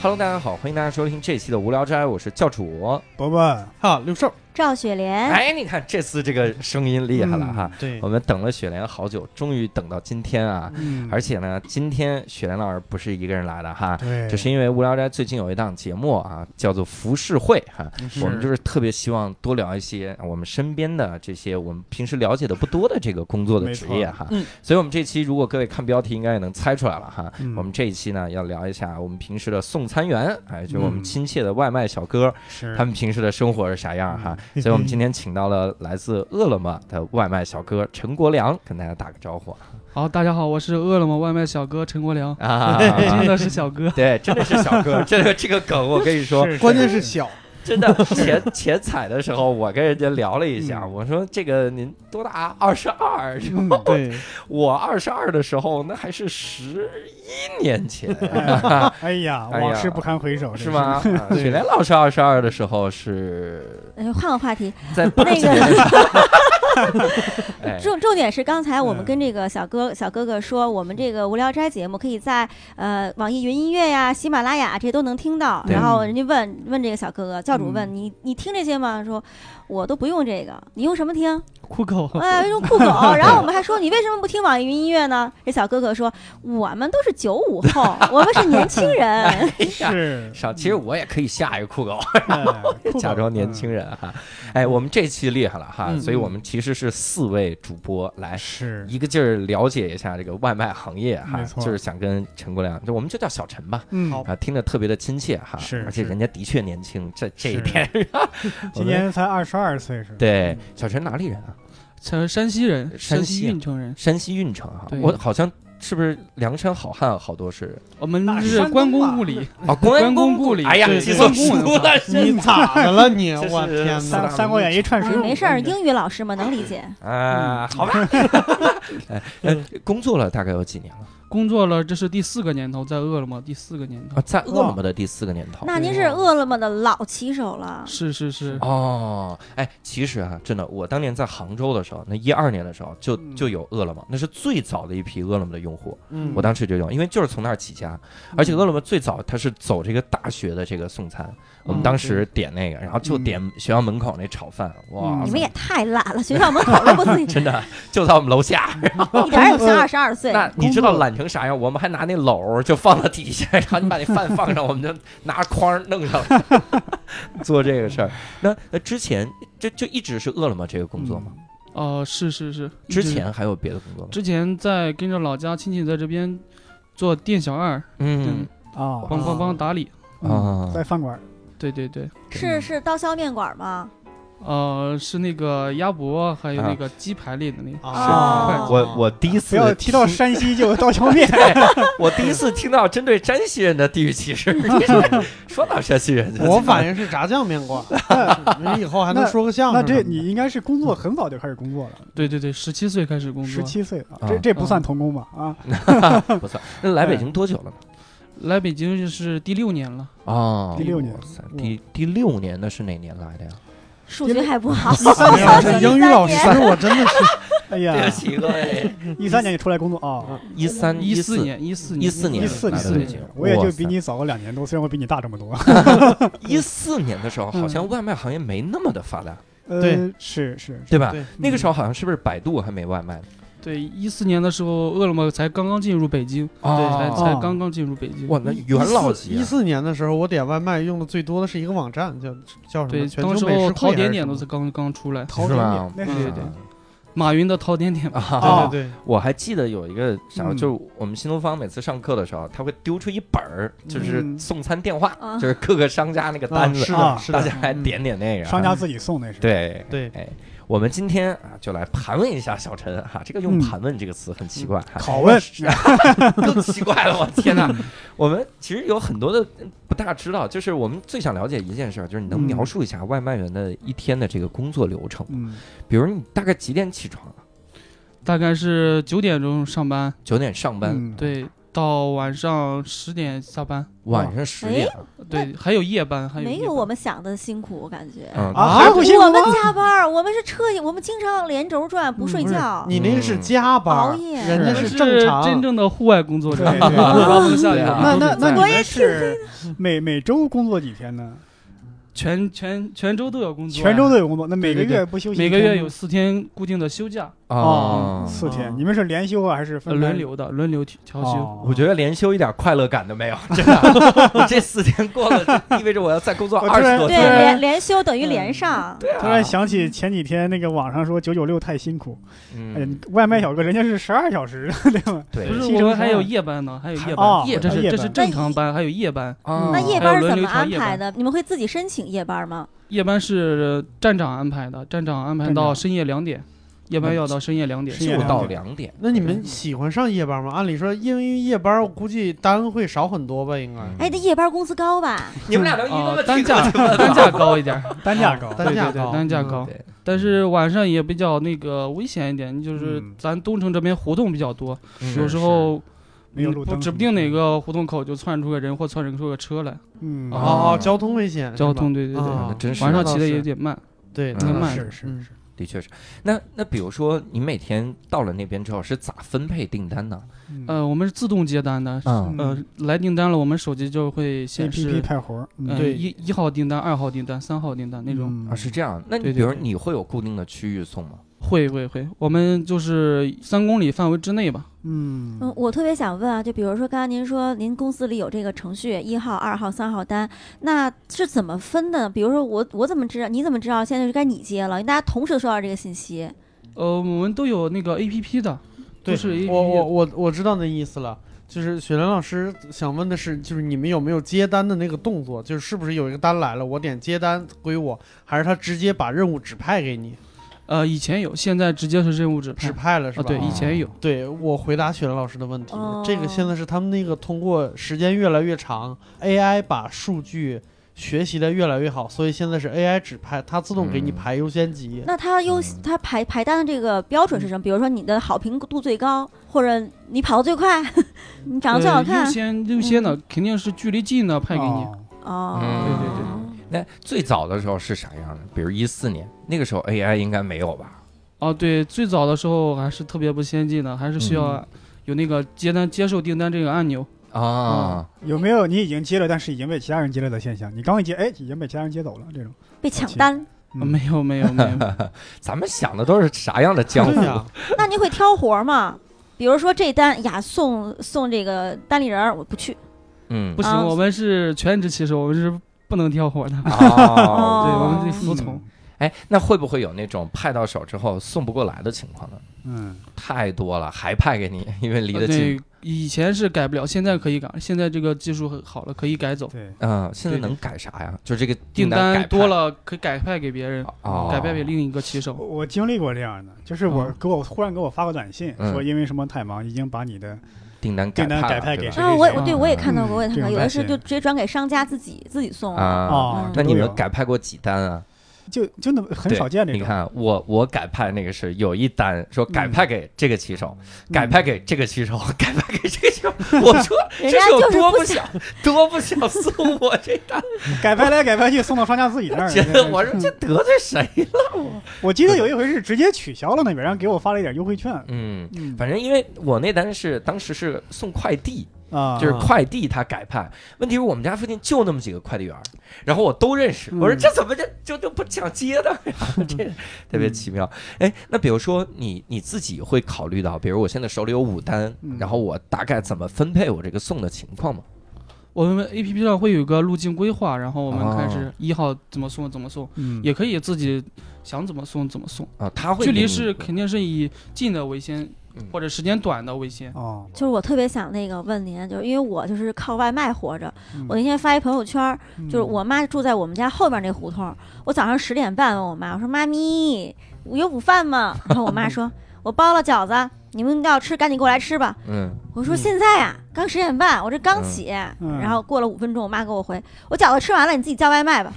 Hello，大家好，欢迎大家收听这期的无聊斋，我是教主。伯伯，哈，六兽赵雪莲，哎，你看这次这个声音厉害了哈，嗯对我，们等了雪莲好久，终于等到今天啊！嗯而且呢，今天雪莲老师不是一个人来的哈，对，这是因为无聊斋最近有一档节目啊，叫做《浮世会》哈，嗯是我们就是特别希望多聊一些我们身边的这些我们平时了解的不多的这个工作的职业哈。没错嗯所以，我们这期如果各位看标题，应该也能猜出来了哈。嗯我们这一期呢，要聊一下我们平时的送餐员，哎，就是我嗯们亲切的外卖小哥，是他们平时的生活是啥样哈。嗯所以，我们今天请到了来自饿了么的外卖小哥陈国良，跟大家打个招呼好，大家好，我是饿了么外卖小哥陈国良，啊。，真的是小哥 对，真的是小 哥，这个这个梗，我跟你说，关键是小，真的前前采的时候，我跟人家聊了一下，嗯我说这个您多大？二十二。 嗯对，我二十二的时候，那还是十一年 前，哎呀，哎呀往事不堪回首，是吗？啊对雪莲老师二十二的时候是呃换个话题，在八那几年个 哎重重点是刚才我们嗯跟这个小哥小哥哥说，我们这个无聊斋节目可以在呃网易云音乐呀、喜马拉雅这些都能听到。对然后人家问问这个小哥哥，教主问嗯你你听这些吗？说我都不用这个，你用什么听？酷狗， 哎，用酷狗。然后我们还说你为什么不听网易云音乐呢？这小哥哥说我们都是九五后，我们是年轻人。呀是少，其实我也可以下一个酷狗，哎假装年轻人哈。哎，我们这期厉害了哈，嗯所以我们其实是四位主播嗯来是一个劲儿了解一下这个外卖行业哈，没错就是想跟陈国亮，就我们就叫小陈吧，嗯，好啊，听着特别的亲切哈，是而且是人家的确年轻，这这一是 点，我今们年才二十二岁，是吧？对小陈哪里人啊？山呃山西人，山山西西啊运城人，山西运城哈，对我好像是不是梁山好汉好多是我们那是山东关吧公故里，啊， 公关公故里，哎呀，对记错关公书文化了，你咋的了你？我这是天哪！三三《三国演义》串水哎浒，没事儿，英语老师嘛能理解。啊，好吧， 哎哎工作了大概有几年了工作了，这是第四个年头，在饿了么第四个年啊，头，在饿了么的第四个年头。那您是饿了么的老骑手了，是是是，哦，哎，其实啊，真的，我当年在杭州的时候，那一二年的时候就嗯就有饿了么，那是最早的一批饿了么的用户。嗯我当时就用，因为就是从那儿起家，而且饿了么最早它是走这个大学的这个送餐，我们当时点那个，然后就点学校门口那炒饭，哇嗯你，们也太懒了，学校门口都不自 己真的就在我们楼下。一点儿也不像二十二岁。那你知道懒成啥样？我们还拿那篓儿就放到底下，然后你把那饭 放上，我们就拿筐儿弄上来 做这个事儿。那那之前这就一直是饿了么这个工作吗？哦，是是是，一之直前还有别的工作吗？之前在跟着老家亲戚在这边做店小二，嗯啊帮帮帮打理，啊，嗯在饭馆儿对对对，是是刀削面馆吗？呃，是那个鸭脖，还有啊那个鸡排类的那个。啊哦，嗯我我第一次不要提到山西就有刀削 面，我第一次听到针对山西人的地域歧 视，说到山西 人 就，我反应是炸酱面 馆，你以后还能说个相声那什么这的？你应该是工作很早就开始工作了，对对对，十七岁开始工十作，七岁啊，啊这这不算童工吧？啊，不错。那来北京多久了呢？来北京就是第六年了。哦第六年哇塞第第六年的是哪年来的呀？数学还不好， 哎呀这13英语老师，我真 的是哎呀，起各位，一三年就出来工作啊，一三一四四。年，一四一年，四一年四来的北14京年，，我也就比哇塞你早个两年多，虽然我比你大这么 多。一四年的时候，好像外卖行业没那么的发达，呃对，是是，对吧？对那个时候好像是不是百度还没外卖呢？对，一四年的时候，饿了么才刚刚进入北京，对，才哦才刚刚进入北京。哇，那元老级一啊，四年的时候，我点外卖用的最多的是一个网站，叫嗯叫什对么？，全当时球美候食淘点点都都是刚刚出来，陶是喆吧嗯那对是对对马云的淘点点嘛。啊！哦对对对，我还记得有一个啥，嗯就是我们新东方每次上课的时候，他会丢出一本儿，就是嗯送餐电话，啊就是各个商家那个啊单子是，啊的，是大的，家还点点那个嗯商啊家自己送那是。，对。对，哎，我们今天啊，就来盘问一下小陈哈，这个用“嗯盘问”这个词很奇怪哈，拷问 更奇怪了，我天哪！我嗯们其实有很多的嗯不大知道，就是我们最想了解一件事儿，就是你能嗯描述一下外卖员的一天的这个工作流程，嗯，比如你大概几点起床啊？大概是九点钟上班，九点上班，嗯，对，到晚上十点下班，晚上十点对，还有夜班，还有没夜有班我们想的辛苦，我感觉。嗯，啊，啊还会辛苦我们吗？加班儿，我们是彻夜，我们经常连轴转，不睡嗯不是觉。你那个是嗯加班儿，熬夜人家我们是是正常。真正的户外工作者，对对对劳动效率嗯对啊我那们都那得那在你我也们是 每每周工作几天呢？全全全周都有工作，啊全周都有工作，那每个对对对月不休息一每天个吗？月有四天固定的休假，哦啊，四天哦，你们是连休啊还是呃分哦轮流的轮流调调休。我觉得连休一点快乐感都 没有，真的。我这四天过了，就意味着我要再工作我二突十然多对，天。连连休等于连上。对啊突然，想起前几天那个网上说九九六太辛苦，哎呀嗯，，外卖小哥人家是十二小时的，对吧？对不，是，牺牲我们还有了夜班呢，还有夜哦班，夜这是夜这班是正常班，还有夜班，啊那夜还有班儿轮怎流么调安夜排班的？你们会自己申请夜班吗？夜班是站长安排的，站长安排站到长嗯深夜两点，夜班要到深哎夜两点。深夜就两到点两点，那你们喜欢上夜班吗？按理说，因为夜班我估计单会少很多吧，应该。嗯哎，这夜班工资高吧？你们俩都一啊个，问题都嗯单价没问 单价高一点儿，单价高，单价对对高 对，单价嗯高对，但是晚上也比较那个危险一点，就是嗯咱东城这边活动比较多，是有时候没有嗯路不灯，指不定哪个胡同口就窜出个人或窜出个车来，嗯啊哦，交通危险，交是吧通对对对啊嗯那真是晚上那骑的是也有点慢。对，嗯那慢是是是，的确是。那那比如说，你每天到了那边之后是咋分配订单呢？嗯呃，我们是自动接单的，嗯呃，来订单了，我们手机就会显 APP 示，派活儿，嗯呃，对一一号订单、二号订单、三号订单那种。嗯啊，是这样。那你对对比如对你会有固定的区域送吗？会会会，我们就是三公里范围之内吧。嗯嗯，我特别想问啊，就比如说刚刚您说您公司里有这个程序一号、二号、三号单，那是怎么分的？比如说我我怎么知道？你怎么知道现在是该你接了？大家同时收到这个信息，呃，我们都有那个 A P P 的，对都是 A P 我我 P。我我知道那意思了。就是雪莲老师想问的是，就是你们有没有接单的那个动作？就是是不是有一个单来了，我点接单归我，还是他直接把任务指派给你？呃，以前有，现在直接是任务指派指。派了是啊，吧？对，以前有。对我回答雪莲老师的问题，哦这个现在是他们那个通过时间越来越长，AI 把数据学习的越来越好，所以现在是 AI 指派，它自动给你嗯排优先级。那他优嗯他排排单的这个标准是什么？比如说你的好评度最高，或者你跑得最快， 你长得最好呃看嗯优先优先的肯定是距离近的派给你。哦哦，嗯对对对那最早的时候是啥样的？比如一四年那个时候 AI 应该没有吧？哦，对，最早的时候还是特别不先进的，还是嗯需要有那个接单接受订单这个按钮。啊，有没有你已经接了，但是已经被其他人接了的现象？你刚一接，哎，已经被其他人接走了，这种被抢单，嗯啊，没有没有没有， 咱们想的都是啥样的江湖对？呀，那您会挑活儿吗？比如说这单呀，送送这个单立人儿，我不去。嗯不，行，啊我们是全职骑手，我们是不能跳火的。对，哦哦我们得嗯服从。哎，那会不会有那种派到手之后送不过来的情况呢？嗯，太多了，还派给你，因为离得近对。，以前是改不了，现在可以改，现在这个技术很好了，可以改走嗯，。对，嗯，现在对对能改啥呀？就这个订单改单多派，了可以改派给别人，哦改派给另一个骑我手。我经历过这样的，就是我嗯给我忽然给我发个短信，嗯说因为什么太忙，已经把你的订单订单改改派给给谁？谁啊，我我对我也看到嗯过，我也看这到，种有的是担就心直接转给商家自己自己送了。啊哦，那你这都们有改派过几单啊？就真的很对少见这你种。看我我改派那个是有一单说改派给这个骑手，嗯改派给这个骑手， 改派给这个骑手。我说人这家有就是多不想，多不想送我这单，改派来改派去，送到商家自己那 儿。觉得我说嗯这得罪谁了？我记得有一回是直接取消了那边，然后给我发了一点优惠券。嗯。嗯反正因为我那单是当时是送快递，啊，就是快递他改派。问题是我们家附近就那么几个快递员儿，然后我都认识。我说嗯这怎么这就就不抢接的 呀？这特别奇妙。哎，那比如说你你自己会考虑到，比如我现在手里有五单，嗯然后我大概怎么分配我这个送的情况吗？我们 A P P 上会有一个路径规划，然后我们开哦始一号怎么送怎么送，嗯也可以自己想怎么送怎么送。啊，他会距给离你是肯定是以近的为先嗯，或者时间短的为先。哦，就是我特别想那个问您，就是因为我就是靠外卖活着。嗯我那天发一朋友圈儿，嗯就是我妈住在我们家后边那胡同，我早上十点半问我妈，我说妈咪，有午饭吗？然后我妈说，我包了饺子，你们要吃赶紧过来吃吧。嗯我说嗯现在呀、刚十点半，我这刚嗯起。嗯然后过了五分钟，我妈给我回，我饺子吃完了，你自己叫外 卖吧。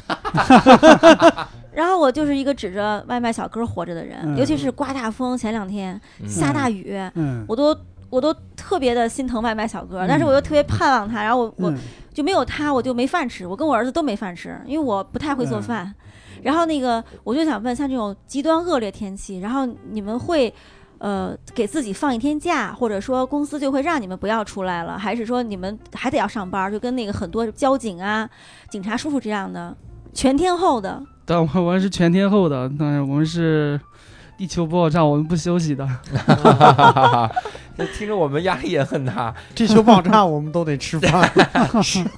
然后我就是一个指着外卖小哥活着的人，嗯尤其是刮大风，前两天嗯下大雨，嗯我都我都特别的心疼外卖小哥，但是我又特别盼望他，然后我我嗯就没有他我就没饭吃，我跟我儿子都没饭吃，因为我不太会做饭。然后那个我就想问，像这种极端恶劣天气，然后你们会呃给自己放一天假，或者说公司就会让你们不要出来了，还是说你们还得要上班？就跟那个很多交警啊、警察叔叔这样的全天候的，但我我们是全天候的，但是我们是地球不爆炸，我们不休息的。哈哈哈哈那听着我们压力也很大。这球爆炸，我们都得吃 饭。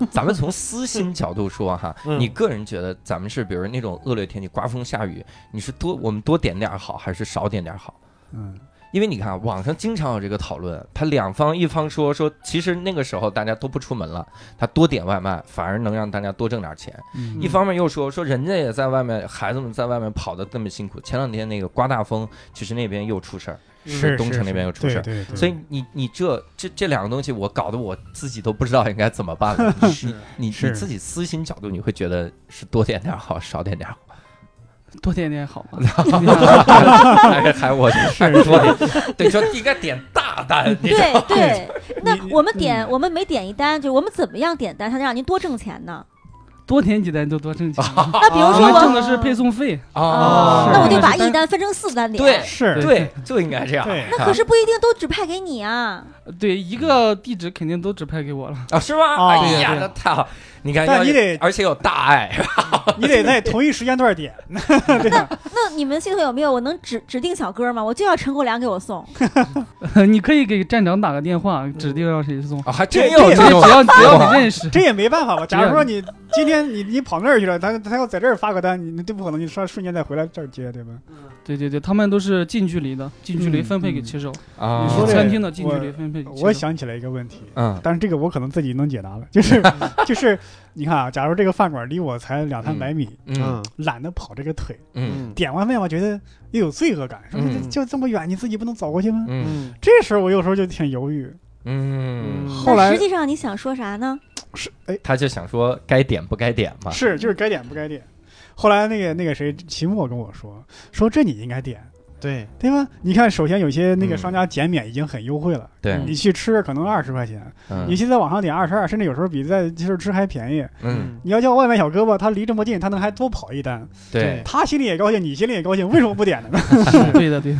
咱们从私心角度说哈，嗯你个人觉得咱们是，比如那种恶劣天气，刮风下雨，你是多我们多点点儿好，还是少点点儿好？嗯，因为你看啊，网上经常有这个讨论，他两方一方说说，其实那个时候大家都不出门了，他多点外卖反而能让大家多挣点钱。嗯一方面又说说人家也在外面，孩子们在外面跑得这么辛苦。前两天那个刮大风，其实那边又出事儿，嗯是东城那边又出对事儿。对对，所以你你这这这两个东西，我搞得我自己都不知道应该怎么办了。你你你嗯是自己私心角度，你会觉得是多点点好，少点点好，多点点好 吧，啊还是还我还是多点，对，说应该点大单，你知道对对。那你我们点我们每点一单，就是我们怎么样点单才能让您多挣钱呢？多点几单就多 挣钱。那比如我说们我挣的是配送费，啊哦那我就对把但一是单分成四单点。对是对，就应该这样。对那可是不一定都指派给你啊。 对，一个地址肯定都指派给我了。啊，是吗？啊哎呀，对那太好！你看，但要你得而且有大爱， 你得在同一时间段点，那你们系统有没有我能指指定小哥吗？我就要陈国良给我送。 你可以给站长打个电话，指定让谁送。啊， 还这真有这这种只要只要你认识，这也没办法吧？假如说你今天你你跑那儿去了，他他要在这儿发个单，你你这不可能，你说瞬间再回来这儿接，对吧？对对对，他们都是近距离的，近距离嗯分配给嗯骑手。啊你说这餐厅的近距离分配给骑手。我想起来一个问题，嗯但是这个我可能自己能 解答了，就是就是，你看啊，假如这个饭馆离我才两三百米，嗯懒得跑这个腿，嗯嗯点外卖我觉得又有罪恶感，说嗯这就这么远，你自己不能走过去吗？嗯嗯这时候我有时候就挺犹豫，嗯，后那来实际上你想说啥呢？是哎他就想说该点不该点嘛。是就是该点不该点。后来那个那个谁齐墨跟我说，说这你应该点，对，对吧？你看，首先有些那个嗯商家减免已经很优惠了，对，你去吃可能二十块钱，你嗯现在网上点二十二，甚至有时候比在就是吃还便宜。嗯，你要叫外卖小哥吧，他离这么近，他能还多跑一单，对， 他心里也高兴，你心里也高兴，为什么不点 呢？对的对的，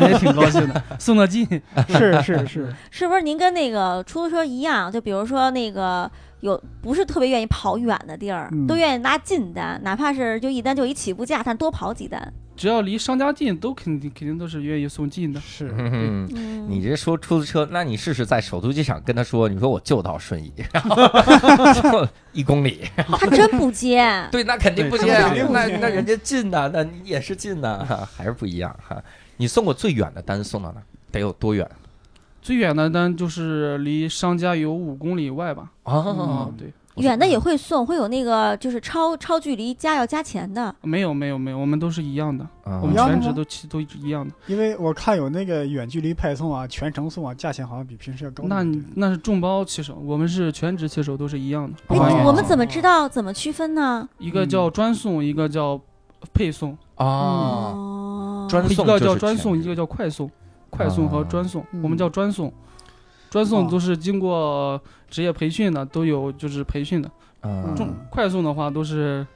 我也挺高兴 的，送的近。是是 是，是不是您跟那个出租车一样？就比如说那个有不是特别愿意跑远的地儿，嗯都愿意拉近单，哪怕是就一单就一起步价，但多跑几单。只要离商家近，都肯定肯定都是愿意送近的。是嗯。嗯，你这说出租车，那你试试在首都机场跟他说，你说我就到顺义， 然后就一公里，他真不接。 对，那肯定不对行啊肯定，不那行那人家近呐，那你也是近呐，哈还是不一样哈。你送过最远的单送到哪儿？得有多远？最远的单就是离商家有五公里以外吧。哦嗯，，对，远的也会送，会有那个就是超超距离加要加钱的。啊没有没有没有，我们都是一样的，啊我们一样的全吗职都其都一样的。因为我看有那个远距离派送啊，全程送啊，价钱好像比平时要高一那点。你那是众包骑手，我们是全职骑手，都是一样的。嗯哎，不管远我们近怎么知道怎么区分呢？一个叫专送，一个叫配送，哦，哦，专嗯一送个就叫是啊专全送，日一个叫快送，快送和专送，嗯我们叫专送。专送啊哦都是经过职业培训的，都有就是培训的。嗯重哦快送的话都是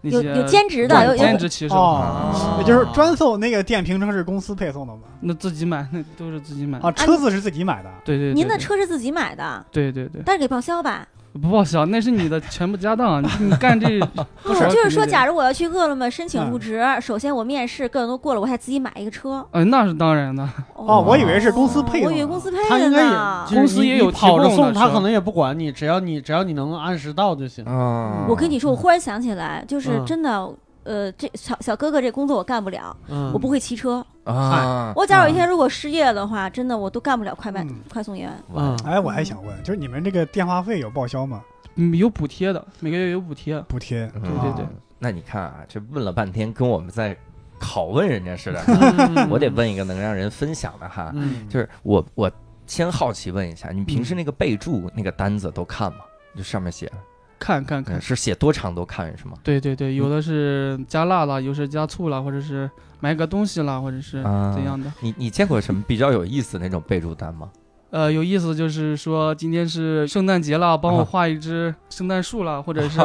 那有些有兼职的，对有有兼职骑手，啊哦，也就是专送那个电瓶车是公司配送的嘛？那自己买，那都是自己买。啊，车子是自己买的。啊对对，对哦您的对车是自己买的，对对对，但是给报销吧？不报销，那是你的全部家当。你你干 这不多少？哦就是说，对假，如我要去饿了么申请入嗯职，首先我面试各种都过了，我还自己买一个车。嗯，那是当然的。哦，我以为是公司配我送的。以为公司配他的应该也呢就。是公司你也有你跑提供着的送，他是吧可能也不管你，只要你只要你能按时到就嗯行。啊我跟你说，我忽然想起来，就是嗯真的。呃，这小小哥哥这工作我干不了，嗯，我不会骑车。啊，我假如有一天如果失业的话，真的我都干不了快卖嗯快送员。嗯，哎，我还想问，就是你们这个电话费有报销吗？嗯，有补贴的，每个月有补贴。补贴？嗯对对对那你看啊，这问了半天，跟我们在拷问人家似的。嗯我得，问一个能让人分享的哈，嗯，就是我我先好奇问一下，你嗯平时那个备注那个单子都看吗？就上面写看看看，是写多长都看是吗？对对对，有的是加辣了，有的是加醋了，或者是买个东西啦，或者是啊怎样的。你你见过什么比较有意思的那种备注单吗？呃，有意思就是说，今天是圣诞节了，帮啊我画一只圣诞树了，或 者是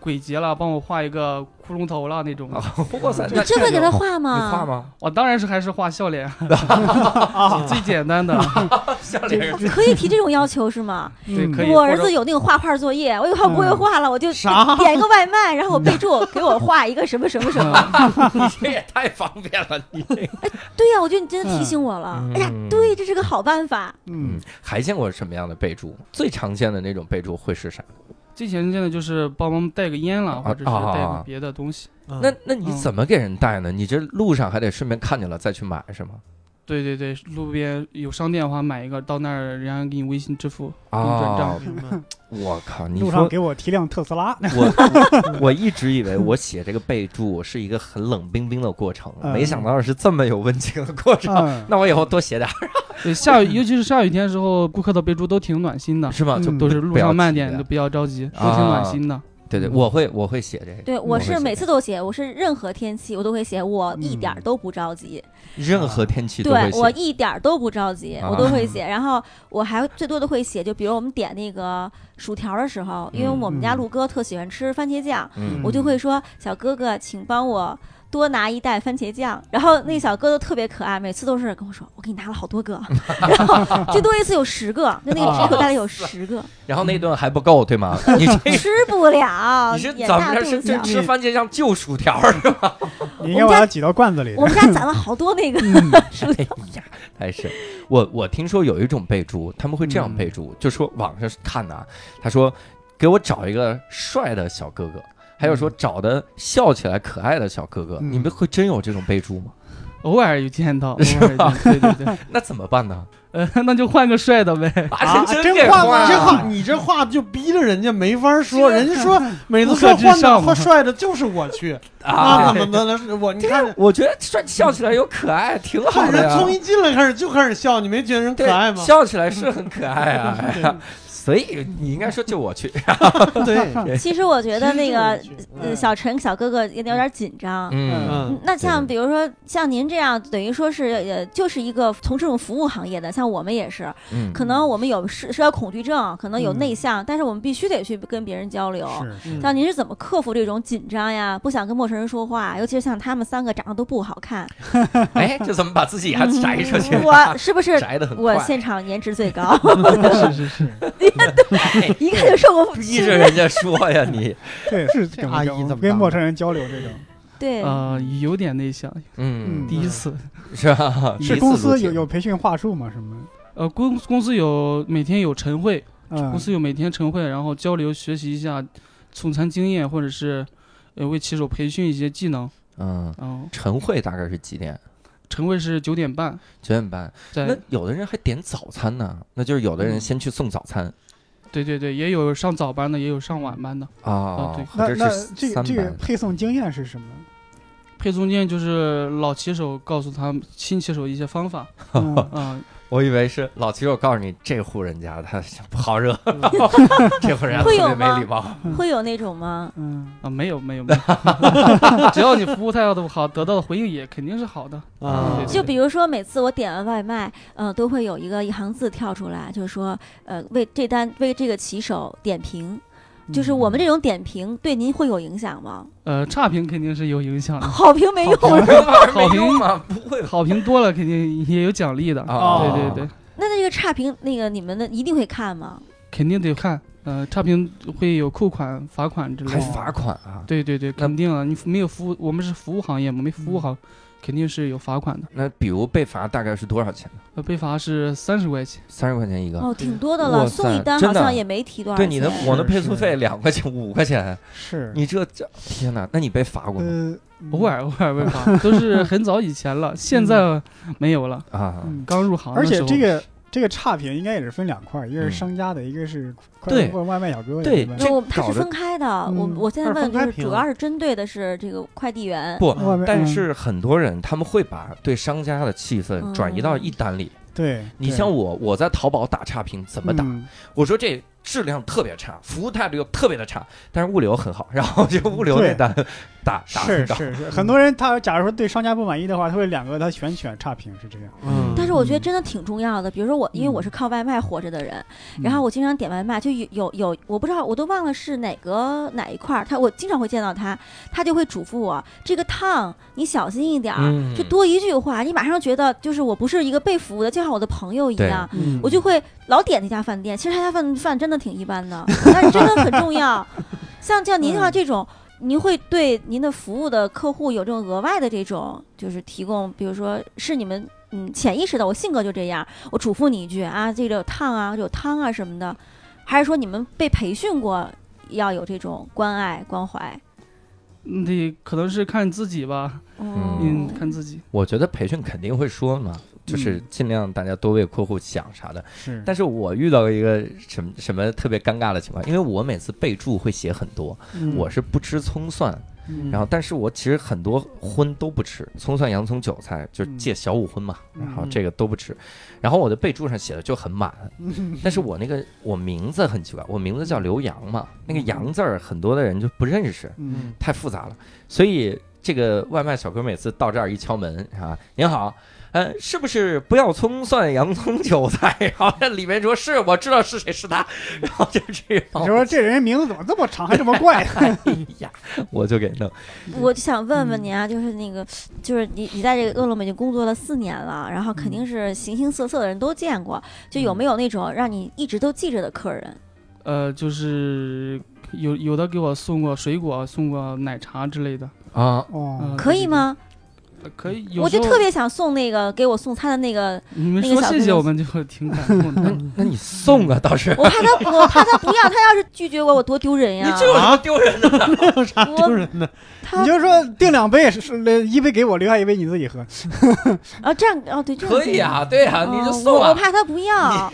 鬼节了，帮我画一个骷髅头了那嗯种。哇塞，你嗯那真会给他画你吗？画吗？我当然是还是画笑脸，最简 单的。 笑脸可以提这种要求是吗？嗯对，可以。我儿或子者有那种画画作业，我有画不会画了，我就啥点一个外卖，然后我备注给我画一个什么什么什么。嗯你这也太方便了，你这个。对呀，我觉得你真的提醒我了。哎呀，对，这是个好办法。嗯嗯，还见过什么样的备注？最常见的那种备注会是啥？最简单的就是帮忙带个烟了，啊或者是啊带啊个别的东西。那嗯那你怎么给人带呢？你这路上还得顺便看见了再去买是吗？对对对，路边有商店的话买一个，到那儿人家给你微信支付，给你转啊账。！明白我靠！你路上说给我提辆特斯 拉，我我一直以为我写这个备注是一个很冷冰冰的过程，嗯没想到是这么有温情的过程。嗯，那我以后多写点儿，对， 下雨，尤其是下雨天的时候，顾客的备注都挺暖心的，是吗？就嗯都是路上慢不要点，急啊都不要着急，都挺暖心的。对对，我会我会写这个。对，我我会是写每次都写，我是任何天气我都会写，我一点儿都不着急。任何天气都对会写。我一点儿都不着急，啊我都会写。然后我还最多的会写，就比如我们点那个薯条的时候，因为嗯我们家嗯陆哥特喜欢吃番茄酱，嗯我就会说：“小哥哥，请帮我多拿一袋番茄酱。”然后那小哥都特别可爱，每次都是跟我说：“我给你拿了好多个，然后 最多一次有十个，就啊那个纸口袋里有十个，然后那顿还不够，对吗？你这 吃不了，你是也怎么大着？肚是子这小。吃番茄酱就薯条儿是吧？你应该把它挤到罐子里。我们家攒了好多那个薯哎条，呀，还是我我听说有一种备注，他们会这样备注，就说网上看的啊，他说给我找一个帅的小哥哥，还有说找的笑起来可爱的小哥哥，嗯你们会真有这种备注吗？偶尔有见到，偶是尔有见吧到对 对对，那怎么办呢？呃，那就换个帅的呗。啊人真给换换了这真话你这话就逼着人家没法说，人家 说每次顾客说至换的上换嘛帅的就是我去啊，啊！怎么的了？我你看我觉得帅笑起来又可爱，挺好这的人呀从。一进来开始就开始笑，你没觉得人可对爱，吗？笑起来是很可爱啊，哎呀所以你应该说就我去，对，其实我觉得那个其实就是呃小陈小哥哥也有点紧张。嗯，嗯，那像对比如说像您这样，等于说是呃，就是一个从事这种服务行业的，像我们也是，嗯可能我们有社社交恐惧症，可能有嗯内向，但是我们必须得去跟别人交流。是是，嗯像您是怎么克服这种紧张呀？不想跟陌生人说话，尤其是像他们三个长得都不好看，哎，这怎么把自己哎呀摘出去？我是不是摘的很快我，现场颜值最 高？嗯是是是，一看就受过逼着人家说 呀你，对，是这阿姨怎么当的跟陌生人交流这种？对，呃，有点内向，嗯嗯第一次。是吧？第一是次公录司节有目有培训话术吗？什么？呃，公公司有每天有晨会，嗯公，司有每天晨会，然后交流学习一下送餐经验，或者是呃为骑手培训一些技能。嗯，嗯、晨会大概是几点？晨会是九点半，九点半。那呃在有的人还点早餐呢，那就是有的人嗯先去送早餐对对对，也有上早班的，也有上晚班的。啊或对，哦那者那是这三个这个班。配送经验是什么？配送键就是老骑手告诉他们新骑手一些方法，嗯嗯、我以为是老骑手告诉你，这户人家他不好惹，嗯 这户人家特会有别没吗礼貌。会有那种吗？嗯，啊，没有没有没有， 只要你服务态度好，得到的回应也肯定是好的。啊对对就比如说，每次我点完外卖，嗯、都会有一个一行字跳出来，就是说，呃，为这单为这个骑手点评，嗯就是我们这种点评对您会有影响吗？呃，差评肯定是有影嗯响 的，好评没用，好评 没好评用吗？不会吧？ 好评多了肯定也有奖励的。啊对哦对对，那那这个差评，那个你们的一定会看吗？肯定得看，呃，差评会有扣款、罚款之类还的。罚款啊？对对对，肯定啊，你没有服务，我们是服务行业嘛，没服务好，肯定是有罚款的。那比如被罚大概是多少钱呢？呃，被罚是三十块钱。三十块钱一个。哦，挺多的了，哇塞送一单真好的像也没提多少对钱。你的我的是配速是费两块钱五块钱，是你这这天哪！那你被罚过吗？呃偶尔偶尔被罚，啊都是很早以前了，现在没有了。啊，嗯刚入行的而时且候，这个这个差评应该也是分两块儿，一个是嗯商家的，一个是快对外外卖小哥的。对吧这我它搞是得分开的，我嗯我现在它是问分开的就是评主要是针对的是这个快递员。不，外卖但嗯是很多人他们会把对商家的气氛嗯转移到一单里。对你像我，我在淘宝打差评怎么打？嗯我说这质量特别差，服务态度又特别的差，但是物流很好，然后就物流那单打打是很高。是是，很多人他假如说对商家不满意的话，他会两个他全选差评，是这样。嗯但是我觉得真的挺重要的。比如说我，因为我嗯是靠外卖活着的人，然后我经常点外卖，就有有有，我不知道，我都忘了是哪个哪一块儿，他我经常会见到他，他就会嘱咐我这个烫你小心一点儿，嗯啊就多一句话，你马上觉得就是我不是一个被服务的，就像我的朋友一对样。嗯我就会老点那家饭店，其实他家饭饭真的挺一般的， 但是真的很重要。像像您的话，这种您会对您的服务的客户有这种额外的这种，就是提供，比如说是你们嗯潜意识的，我性格就这样，我嘱咐你一句啊，这个有烫啊，有汤啊什么的，还是说你们被培训过要有这种关爱关怀？你得可能是看自己吧，哦嗯，看自己。我觉得培训肯定会说嘛，就是嗯尽量大家多为客户想啥的。是，嗯但是我遇到一个什么什么特别尴尬的情况，因为我每次备注会写很多，嗯我是不吃葱蒜，嗯然后但是我其实很多荤都不吃，葱蒜、洋葱、韭菜就戒小五荤嘛，嗯然后这个都不吃，然后我的备注上写的就很满，但是我那个我名字很奇怪，我名字叫刘洋嘛，那个嗯洋字儿很多的人就不认识，嗯，太复杂了，所以这个外卖小哥每次到这儿一敲门啊，您好。呃，是不是不要葱蒜、洋葱、韭菜？然后那里面说是，我知道是谁是他， 然后就这样，你说这人名字怎么这么长，还这么怪？啊哎呀，我就给弄。我就想问嗯问您啊，就是那个，就是你你在这个饿了么已经工作了四年了，然后嗯肯定是形形色色的人都见过，就有没有那种让你一直都记着的客人？嗯呃，就是有有的给我送过水果，啊送过奶茶之类的，啊，哦嗯，可以吗？呃可以。有我就时候特别想送那个给我送餐的那个，你们那个说小谢哥谢，哥我们就挺感动 的。那你送啊倒是，我怕他，我怕他不要，他要是拒绝我，我多丢哎人呀！有什么丢人的？ 有啥丢人的？他你就说定两杯，是是一杯给我，另外一杯你自己喝。啊，这样哦，对，这样可以啊，对啊，你就嗯送我啊。我怕他不要。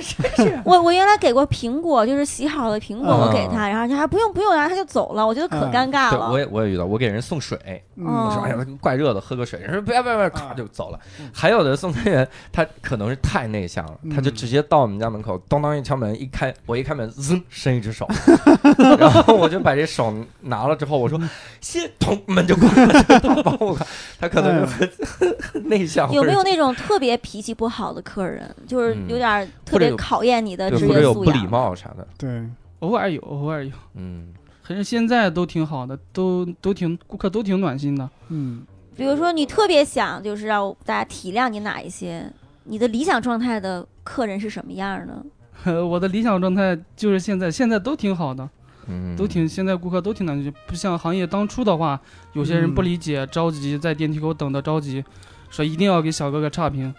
我我原来给过苹果，就是洗好的苹果，我给嗯他，然后他还哎不用不用，然后他就走了，我觉得可嗯尴尬对，了。我也我也遇到，我给人送水，我嗯，哦说哎呀怪热的，喝个水，人说不要不要不要，咔啊就走了。还有的送餐员他可能是太内向了，他就嗯直接到我们家门口，咚当一敲门，一开我一开门，噌伸一只手， 然后我就把这手拿了之后，我嗯说谢同门就关了， 就帮我看，他可哎能是很很 内向，有没有啊或者那种特别脾气不好的客人，就是嗯有点儿特或者别有考验你的对职或者业有素不礼养？貌啥的，对，偶尔有，偶尔有，嗯可是现在都挺好的，都都挺顾客都挺暖心的。 嗯，比如说，你特别想就是让大家体谅你哪一些？你的理想状态的客人是什么样的？我的理想状态就是现在，现在都挺好的，嗯，都挺现在顾客都挺暖心，不像行业当初的话，有些人不嗯理解，着急在电梯口等的着急，说一定要给小哥哥差评。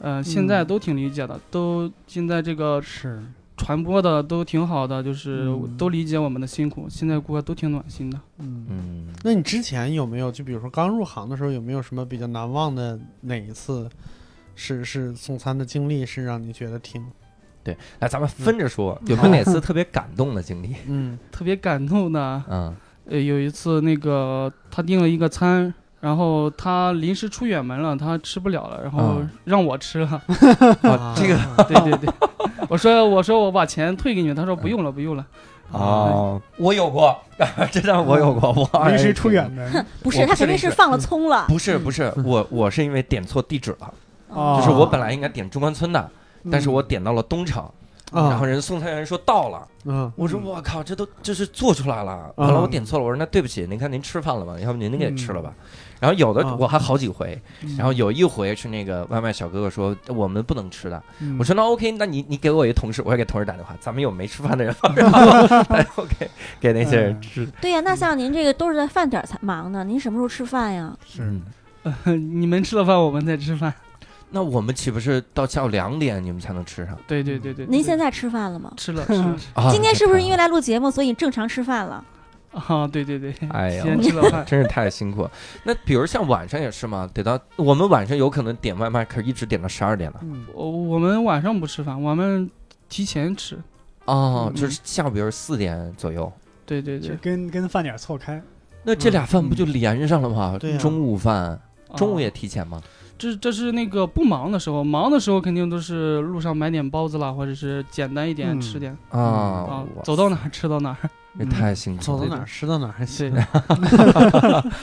呃，现在嗯都挺理解的，都现在这个是，传播的都挺好的，就是嗯都理解我们的辛苦，现在顾客都挺暖心的。嗯，嗯。那你之前有没有就比如说刚入行的时候有没有什么比较难忘的哪一次是是送餐的经历是让你觉得挺对，那咱们分着说，嗯有没有哪次特别感动的经历？嗯特别感动的，嗯呃，有一次那个他订了一个餐，然后他临时出远门了，他吃不了了，然后啊让我吃了。 啊这个对对对， 我说我说我把钱退给你们，他说不用了不用了。啊哦，我有过， 这让我有过，我临时出远，门，不我是，不他是肯定那是个放了葱了。嗯不是不是，我我是因为点错地址了，哦就是我本来应该点中关村的，嗯嗯但是我点到了东城，啊然后人送餐员说到了，嗯我说我靠，这都这是做出来了，嗯后来我点错了，我说那对不起，您看您吃饭了吗？要不您给吃了吧。然后有的嗯我还好几回，嗯然后有一回是那个外卖小哥哥说我们不能吃的，嗯我说那 OK，那你你给我一同事，我也给同事打电话，咱们有没吃 饭的人吗，然后哎 OK 给那些人嗯吃，对呀、那像您这个都是在饭点儿才忙呢，您什么时候吃饭呀？是， 你们吃了饭，我们再吃饭。嗯那我们岂不是到下午两点你们才能吃上对对对对，您对现在吃饭了吗？吃了吃了啊？今天是不是因为为来录节目，所以你正常吃饭了？ 啊，对对对，哎呀先吃了饭。真是太辛苦了？那比如像晚上也是嘛，得到我们晚上有可能点外卖，可是一直点到十二点了嗯我我们晚上不吃饭，我们提前吃。哦，嗯就是下午比如四点左右，对对就对，跟跟饭点错开，那这俩饭不就连上了吗？对啊中午饭，啊中午也提前吗？这这是那个不忙的时候，忙的时候肯定都是路上买点包子啦，或者是简单一点嗯吃点哦啊啊，，走到哪儿吃到哪 儿。这太辛嗯苦走了。到哪儿吃到哪儿还 行。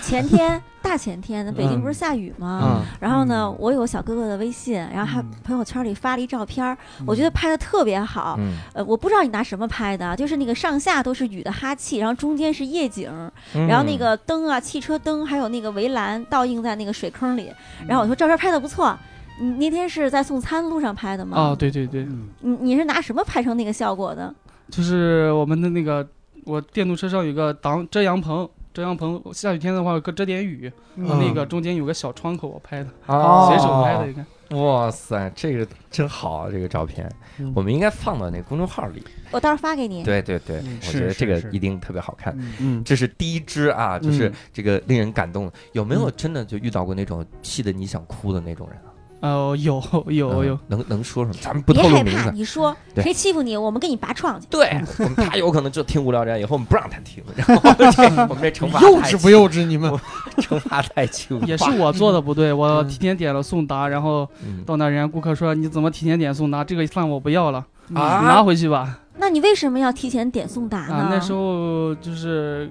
前天大前天，北嗯京不是下雨吗？啊，然后呢嗯，我有个小哥哥的微信，然后他嗯朋友圈里发了一照片儿，我觉得拍的特别好。嗯呃，我不知道你拿什么拍的，就是那个上下都是雨的哈气，然后中间是夜景，然后那嗯个灯啊、汽车灯还有那个围栏倒映在那个水坑里。嗯然后我说照片拍的不错，你那天是在送餐路上拍的吗？哦啊，，对对对，嗯你你是拿什么拍成那个效果的？就是我们的那个，我电动车上有个挡遮阳棚，遮阳棚下雨天的话搁遮点雨，啊嗯那嗯个中间有个小窗口，我拍的，啊哦随手拍的，应该。哇塞，这个真好，啊这个照片嗯我们应该放到那公众号里。我到时候发给你。对对对，嗯我是觉得是这个是一定特别好看。嗯嗯，这是第一支啊，就是嗯这个令人感动的。有没有嗯真的就遇到过那种气的你想哭的那种人啊？哦，有 有嗯有，能能说什么？咱们不别透露害名怕，字。你说对谁欺负你，我们给你拔创去。对， 我们他有可能就听无聊斋，以后我们不让他听，然后这我们这惩罚幼太稚轻不幼稚？你们我惩罚太轻，也是我做的不对，我嗯提前点了送达，然后嗯到那儿人家顾客说你怎么提前点送达，这个饭我不要了，你啊拿，回去吧。那你为什么要提前点送达呢？啊，那时候就是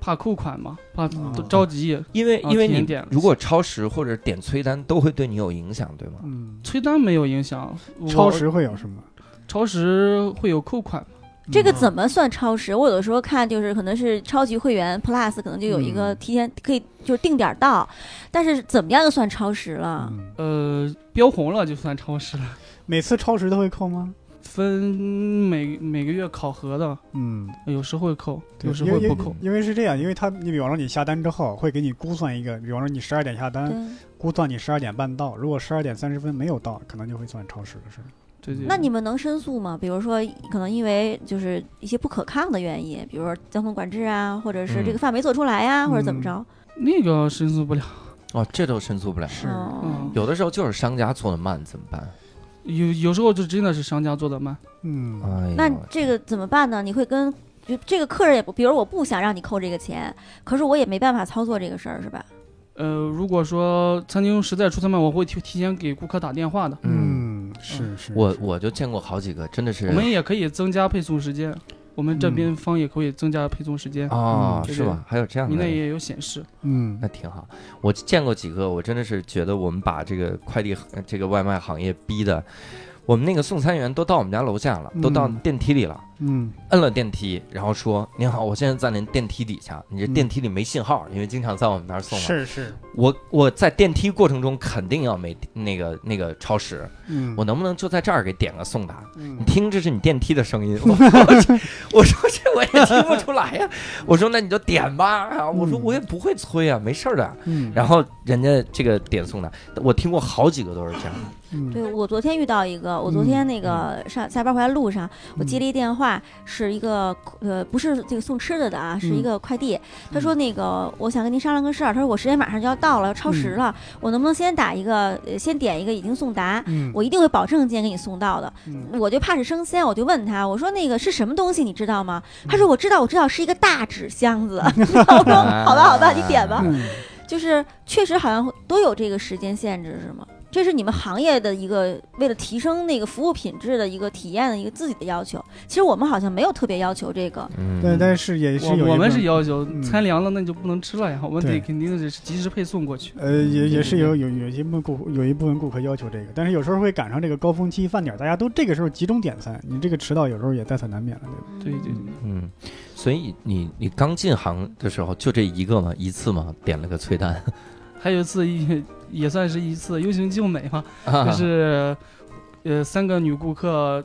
怕扣款嘛，怕啊都着急，因为啊因为提前你点了如果超时或者点催单都会对你有影响，对吗？嗯，催单没有影响，我超时会有什么？超时会有扣款。这嗯个怎么算超时？我有的时候看就是可能是超级会员 Plus，可能就有一个嗯提前可以就是定点到，但是怎么样就算超时了？嗯呃，标红了就算超时了，每次超时都会扣吗？分每每个月考核的，嗯，有时会扣，对有时会因为不扣。因为是这样，因为他你比方说你下单之后会给你估算一个，比方说你十二点下单，对。估算你十二点半到，如果十二点三十分没有到，可能就会算超时的事儿。对对。那你们能申诉吗？比如说，可能因为就是一些不可抗的原因，比如说交通管制啊，或者嗯是这个饭没做出来呀、或者怎么着？嗯那个申诉不了，哦，这都申诉不了。是哦嗯有的时候就是商家做的慢，怎么办？有有时候就真的是商家做的慢。嗯，哎呦，那这个怎么办呢？你会跟就这个客人也不，比如我不想让你扣这个钱，可是我也没办法操作这个事儿，是吧？呃，如果说餐厅实在出餐慢，我会提提前给顾客打电话的。嗯，嗯，是是，我是我就见过好几个，真的是我们也可以增加配送时间，我们这边方也可以增加配送时啊间，哦，嗯对是吧？还有这样你的那。也有显示。嗯那挺好，我见过几个，我真的是觉得我们把这个快递、呃这个外卖行业逼的，我们那个送餐员都到我们家楼下了，都到嗯电梯里了，嗯摁了电梯，然后说：“您好，我现在在您电梯底下，你这嗯电梯里没信号，因为经常在我们那儿送嘛。是是，我我在电梯过程中肯定要没那个那个超时，嗯我能不能就在这儿给点个送达？你嗯听，这是你电梯的声 音。我说，我说这我也听不出来呀、我说那你就点吧啊！我说嗯我也不会催啊，没事儿的。嗯， 然后人家这个点送达，我听过好几个都是这样。嗯对我昨天遇到一个，我昨天那个上下班回来路上，我接了一嗯电话，是一个呃不是这个送吃的的啊，是嗯一个快递。他说那个我想跟您商量个事儿，他说我时间马上就要到了，超时嗯了，我能不能先打一个呃先点一个已经送达？嗯我一定会保证今天给你送到的。嗯我就怕是生鲜，我就问他，我说那个是什么东西，你知道吗？他嗯说我知道，我知道是一个大纸 箱子。我说好吧，好吧，你点吧。嗯就是确实好像都有这个时间限制，是吗？这是你们行业的一个为了提升那个服务品质的一个体验的一个自己的要求。其实我们好像没有特别要求这个，嗯，对，但是也是有一我我们个是要求嗯餐凉了，那你就不能吃了呀，我们对得肯定是及时配送过去。呃，也也是对有有有一部分顾有一部分顾客要求这个，但是有时候会赶上这个高峰期饭点儿，大家都这个时候集中点餐，你这个迟到有时候也在所难免了，对吧？对对嗯对，嗯，所以你你刚进行的时候就这一个嘛，一次嘛，点了个催单， 还有一次 也也算是一次优行救美 嘛，啊就是呃三个女顾客，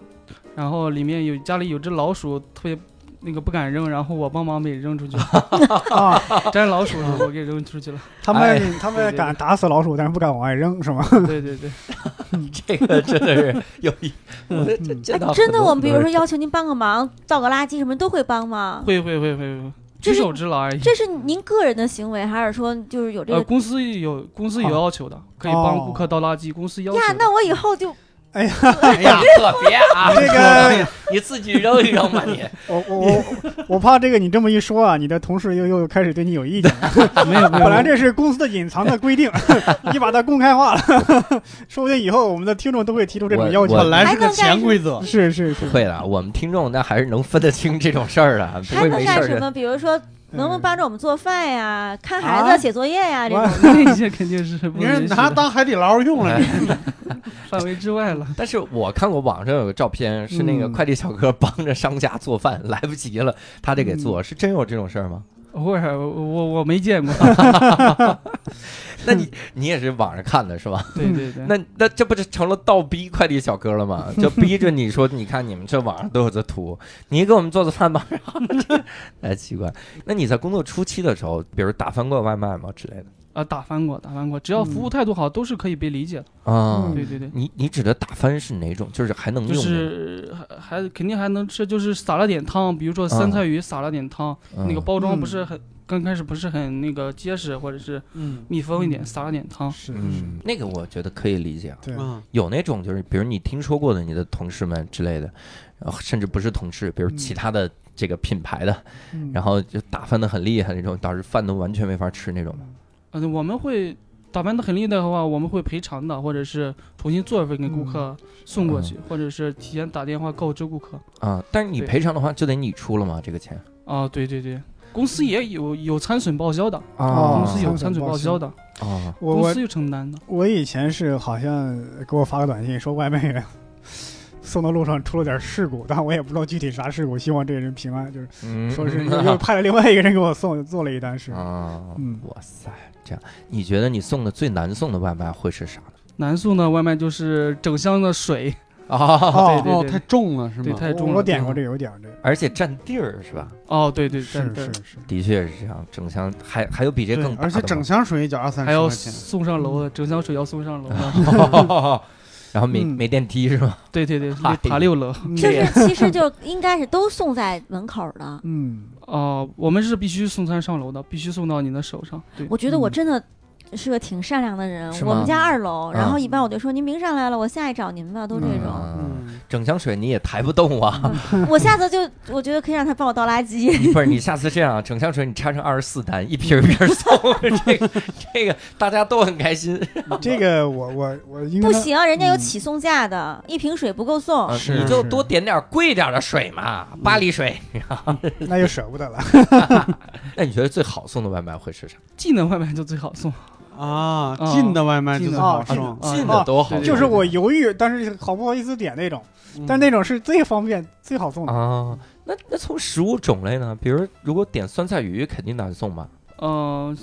然后里面有家里有只老鼠，特别那个不敢扔，然后我帮忙给 扔出去，啊，粘老鼠了，我给扔出去了。 他们、哎他对们对敢打死老鼠，但是不敢往外扔，是吗？对对对，这个真的是有一，我这这见到哎，真的，很多我们比如很说多人要求您帮个忙，倒个垃圾什么都会帮吗？会会会会会，这举是手之劳而已。这是您个人的行为，还是说就是有这呃，呃个？哦公司有公司有要求的，可以帮顾客倒垃圾，公司要求呀，的。那我以后就哎 呀，可别啊！ 这 个你自己扔一扔吧，你 我我我我怕这个你这么一说啊，你的同事又又开始对你有意见了。 没有没有，本来这是公司的隐藏的规定， 你把它公开化了， 说不定以后我们的听众都会提出这种要求我。本来是个潜规则，是是是，会的，我们听众那还是能分得清这种事儿的，不还会能没事干儿什的。嗯么？比如说，能不能帮着我们做饭呀、看啊孩子、写作业呀这我种？ 那些肯定是不你是允许拿的当海底捞用了，范围之外 了。但是我看过网上有个照片，是那个嗯快递小哥帮着商家做饭，来不及了，他得给做，是真有这种事 儿吗？偶尔我我我没见过，那你你也是网上看的是吧？ 对对对，那那这不是成了倒逼快递小哥了 吗？就逼着你说，你看你们这网上都有这图，你给我们做做饭吧。然后这 哎，奇怪，那你在工作初期的时候，比如打翻过外卖吗之类的啊打翻过打翻过，只要服务态度好，都是可以被理解的。啊？嗯对对对，你你指的打翻是哪种？就是还能用就的，是还还肯定还能吃，就是撒了点汤，比如说酸菜鱼撒了点汤，那个嗯包装嗯不是很刚开始不是很那个结实，或者是嗯密封一点，撒了点汤。是是，嗯，那个我觉得可以理解。啊对，嗯，有那种就是，比如你听说过的你的同事们之类的，呃甚至不是同事，比如嗯其他的这个品牌的，嗯然后就打翻的很厉害那种，导致饭都完全没法吃那种。嗯、我们会打翻的很厉害的话，我们会赔偿的，或者是重新做一份给顾客嗯嗯送过去，或者是提前打电话告知顾客。啊，但是你对赔偿的话，就得你出了嘛，这个钱啊，对对对，公司也有有参损报销的，哦公司有参损参损报报销销的，啊，我公我司有承担的。我以前是好像给我发个短信说外卖员 送到路上出了点事故，但我也不知道具体啥事故，希望这个人平安。就是嗯 说是又又派了另外一个人给我送，做了一单事。啊，嗯哇塞，这样你觉得你送的最难送的外卖会是啥呢？南宋的外卖就是整箱的水，啊，哦对对哦，对太重了是对吗？太重我了。我点过这个，我点过这个，而且占地儿是吧？哦，对对对是对是，是，的确是这样，整箱还还有比这对更大而且的整吗箱水也就二三还十要块钱，嗯送上楼的，整箱水要送上楼的。 然后没嗯没电梯是吧？对 对对，嗨哎爬六楼。嗯就是其实就应该是都送在门口儿的。嗯，哦，我们是必须送餐上楼的，必须送到你的手上。对，我觉得我真的是个挺善良的人是。我吗们家二楼，然后啊一般我就说您明上来了，我下去找您吧，都这种。嗯，嗯，整箱水你也抬不动啊！ 我下次就我觉得可以让他帮我倒垃圾。不是，你下次这样，整箱水你拆成二十四单，一瓶儿一瓶儿送，这 个这个大家都很开心。嗯这个我我我应该不行，人家有嗯起送价的，一瓶水不够送。啊是你就是嗯多点点贵点儿的水嘛，巴黎水。那就舍不得了。那你觉得最好送的外卖会是啥？近的外卖就最好送。啊，哦近的外卖就近最的好哦近的送，啊近的都好，对就是我犹豫，但是好不好意思点那种，嗯但那种是最方便、最好送的。啊。那那从食物种类呢？比如如果点酸菜鱼，肯定难送吧？嗯、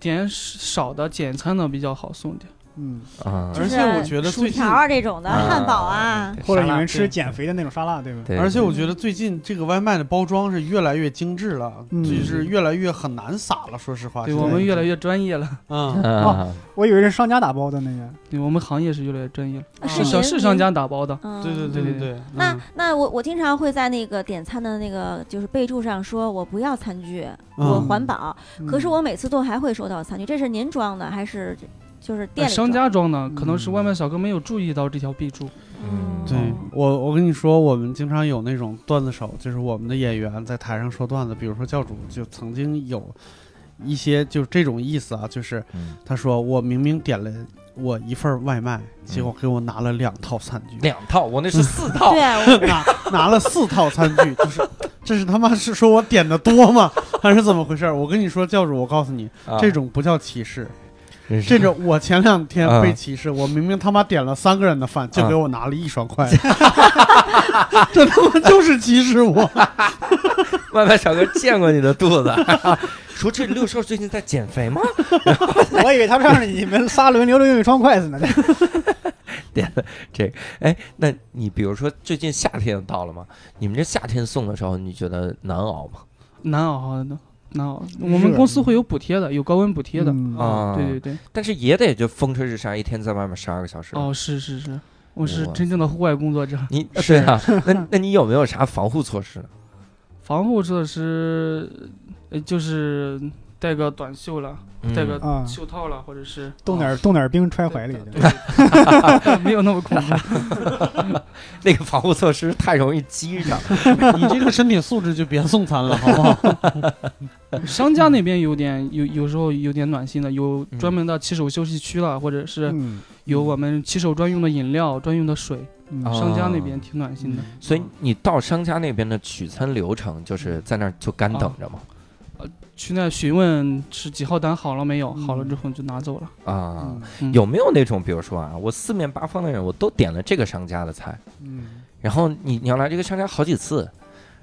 点少的简餐的比较好送点。嗯，啊而且我觉得薯最近条啊这种的，啊汉堡啊，或者你沙拉们吃减肥的那种沙拉，对吧？对，而且我觉得最近这个外卖的包装是越来越精致了，嗯就是越来越很难撒了。说实话，啊对现在我们越来越专业了， 嗯，啊，我以为是商家打包的那个。对我们行业是越来越专业了。啊是是小您是商。您家打包的，嗯对对对对对，那那我我经常会在那个点餐的那个就是备注上说我不要餐具，我嗯环保。可是我每次都还会收到餐具，这是您装的还是就是呃店里商装的？家装的，可能是外卖小哥没有注意到这条备注。嗯对我，我跟你说，我们经常有那种段子手，就是我们的演员在台上说段子，比如说教主就曾经有一些就是这种意思啊，就是嗯他说我明明点了我一份外卖，结果给我拿了两套餐具，两套，我那是四套。对我拿拿了四套餐具，就是这是他妈是说我点的多吗？ 还是怎么回事儿？我跟你说，教主，我告诉你，啊这种不叫歧视，真是这种我前两天啊被歧视，我明明他妈点了三个人的饭，就给我拿了一双筷子， 这他妈就是歧视我。 外卖小哥见过你的肚子， 说这六兽最近在减肥吗？ 我以为他们让你们仨轮流着用一双筷子呢。点的这个，哎，那你比如说最近夏天到了吗？你们这夏天送的时候，你觉得难熬吗？难熬的，难熬。热我们公司会有补贴的，有高温补贴的。嗯啊对对对，但是也得就风吹日晒，一天在外面十二个小时。哦，呃是是是，我是啊哇真正的户外工作者。你对啊，那那你有没有啥防护措施呢？防护措施，呃，就是带个短袖了，嗯带个啊，袖套了，或者是冻点冻点冰揣怀里对去。对 没有那么恐怖。那个防护措施太容易积上。 你这个身体素质就别送餐了，好 不好？商家那边有点有有时候有点暖心的，有嗯专门的骑手休息区了，或者是嗯，有我们骑手专用的饮料、专用的水，嗯啊 商家那边挺暖心的。所以你到商家那边的取餐流程，就是在那儿就干等着嘛。去那询问是几号单好了没有，嗯好了之后就拿走了。啊，嗯有没有那种，比如说啊，我四面八方的人，我都点了这个商家的菜，嗯，然后你你要来这个商家好几次，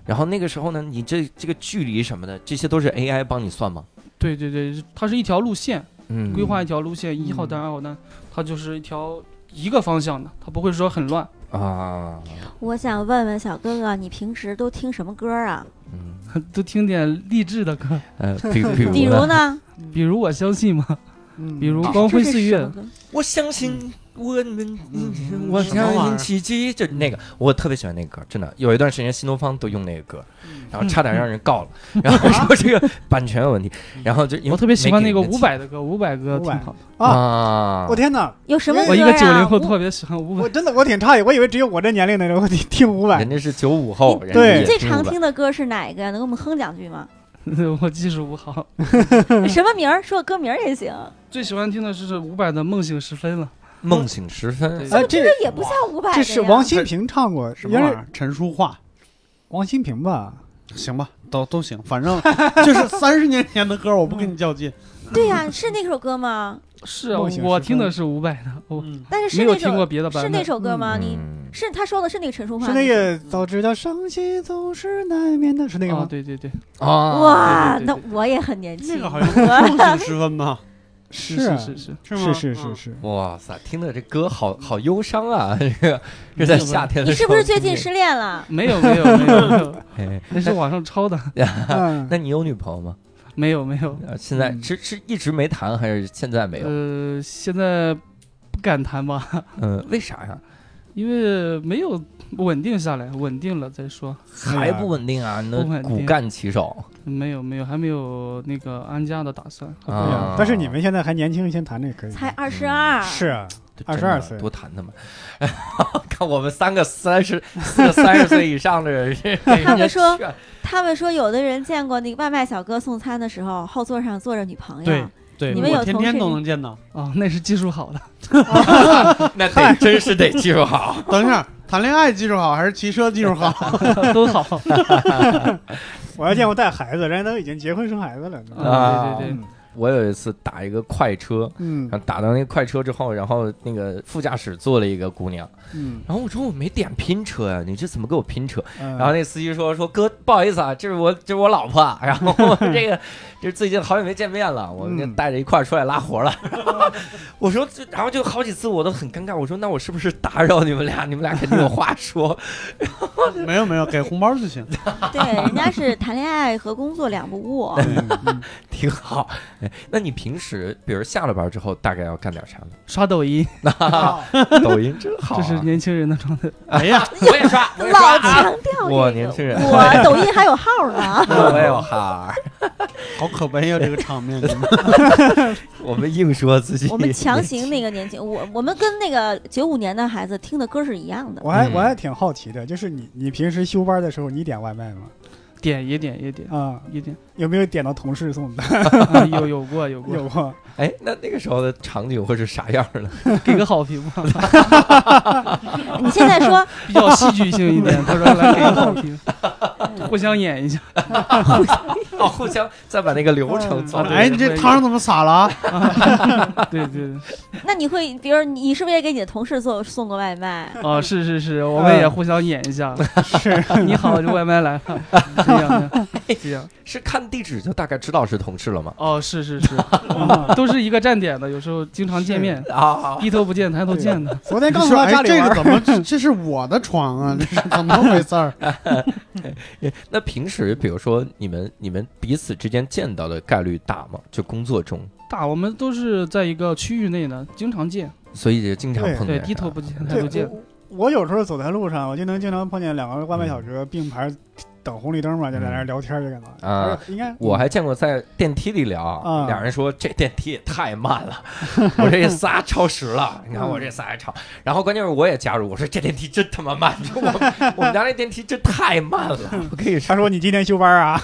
然后那个时候呢，你这这个距离什么的，这些都是 AI 帮你算吗？对对对，它是一条路线，嗯，规划一条路线，一号单、二号单，它就是一条一个方向的，它不会说很乱。啊，我想问问小哥哥，你平时都听什么歌啊？嗯，都听点励志的歌， 呃，比比如比如呢，呢？ 比如我相信嘛，嗯比如光辉岁 月，我相信我们，嗯我什么玩意相信儿奇迹，就那个，我特别喜欢那个歌，真的，有一段时间新东方都用那个歌，然后差点让人 告了，然后说这个版权有问题，然后就因为我特别喜欢没那给个人家伍佰的歌，伍佰歌挺好的。钱啊嗯我，天哪，有什么歌、啊？我一个九零后我特别喜欢伍佰我，真的我挺诧异，我以为只有我这年龄的人会听伍佰人。家是九五后，人家对也最听常了听的歌是哪一个呀？能给我们哼两句吗？ 我技术不好。什么名儿？说个歌名儿也行。最喜欢听的就是伍佰的《梦醒时分》了，梦醒时分嗯对哎，这也不像伍佰的呀。这是王心平唱过，什么原玩意来儿？陈淑桦，王心平吧？行吧，都都行，反正就是三十年前的歌，我不跟你较劲。对呀、是那首歌吗？是啊梦醒时分我听的是伍佰的，我嗯，但是是没有那听过首别的版是那本。首歌吗？啊你嗯是他说的是那个陈淑桦？是那个嗯早知道伤心总是难免的，是那个哦吗，？对对对，啊，哇，对对那对我也很年轻。那个好像是梦醒 时分吧？是是啊是是，是是吗？是嗯。是 是，哇塞，听的这歌好好忧伤啊！ 这个是在夏天的你时是候不听的。是最近失恋了？没有没有没有没 有，哎？那是网上抄的，嗯那你有女朋友吗？没有没有。呃现在嗯是是一直没谈，还是现在没有？呃，现在不敢谈吧，嗯，为啥呀？因为没有稳定下来，稳定了再说。哎还呀不稳定啊？那不稳定骨干骑手没有没有，还没有那个安家的打算。对哎呀啊！但是你们现在还年轻，先谈这可以。才二十二。是啊，这22真的岁多谈他们。 看我们三个三十四三十岁以上的人，他他们说他们说，有的人见过那个外卖小哥送餐的时候，后座上坐着女朋对友。对，你们有嗯我天同事天都能见到。哦，那是技术好的，那得真是得技术好。 等一下，谈恋爱技术好还是骑车技术好？都好。我要见过带孩子，人家都已经结婚生孩子了。啊，对对对，嗯我有一次打一个快车，然嗯后打到那个快车之后，然后那个副驾驶坐了一个姑娘， 嗯，呃然后我说我没点拼车呀、你这怎么给我拼车？然然后那司机说说哥，不好意思啊，这是我这是我老婆啊，然后 我这个这最近好久没见面了，我们就嗯带着一块儿出来拉活了。我说这，然后就好几次我都很尴尬，我说那我是不是打扰你们俩？你们俩肯定有话说。 没有没有，给红包就 行。对，人家是谈恋爱和工作两不误。挺好。哎，那你平时比如下了班之后大概要干点啥呢？刷抖音，抖音真好、啊，这是年轻人的状态。哎呀，我也刷， 我也刷老啊，强调这个，我年轻人。我抖音还有号呢 我也有哈儿。好可悲呀、这个场 面。我们硬说自己，我们强行那个年轻，我我们跟那个九五年的孩子听的歌是一样的。我还嗯我还挺好奇的，就是你你平时休班的时候，你点外卖吗？点也点也点啊，也点，有没有点到同事送的？ 啊有有过有过，有过。 哎，那那个时候的场景会是啥样儿呢？给个好评吧，你现在说比较戏剧性一点。他说来给个好评， 互相演一下。哦， 互相再把那个流嗯程做哎，你这汤怎么洒了啊？对对对，那你会，比如你是不是也给你的同事做送过外卖？哦是是是，我们也互相演一 下。 是，啊你好，这外卖来了，这样的这 样。是看地址就大概知道是同事了吗？哦，是是是，嗯都是一个站点的，有时候经常见面，啊，低头不见抬头见的。 昨天你刚从说他哎家，里这玩个儿，怎么？这这是我的床啊！这是怎么回事 儿？那平时比如说你们你们彼此之间见到的概率大吗？就工作中，大，我们都是在一个区域内的，经常见，所以就经常对碰对，见低头是吧不见抬头对见。嗯我我有时候走在路上，我就能经常碰见两个外卖小哥并排等红绿灯嘛，就在那儿聊天儿就干嘛啊？而且应该我还见过在电梯里聊，啊两人说这电梯也太慢 了，我这仨超时了，你看我这仨还超，然后关键是我也加入，我说这电梯真他妈慢， 我 们我们家那电梯真太慢了，我可以嗯他说你今天休班啊？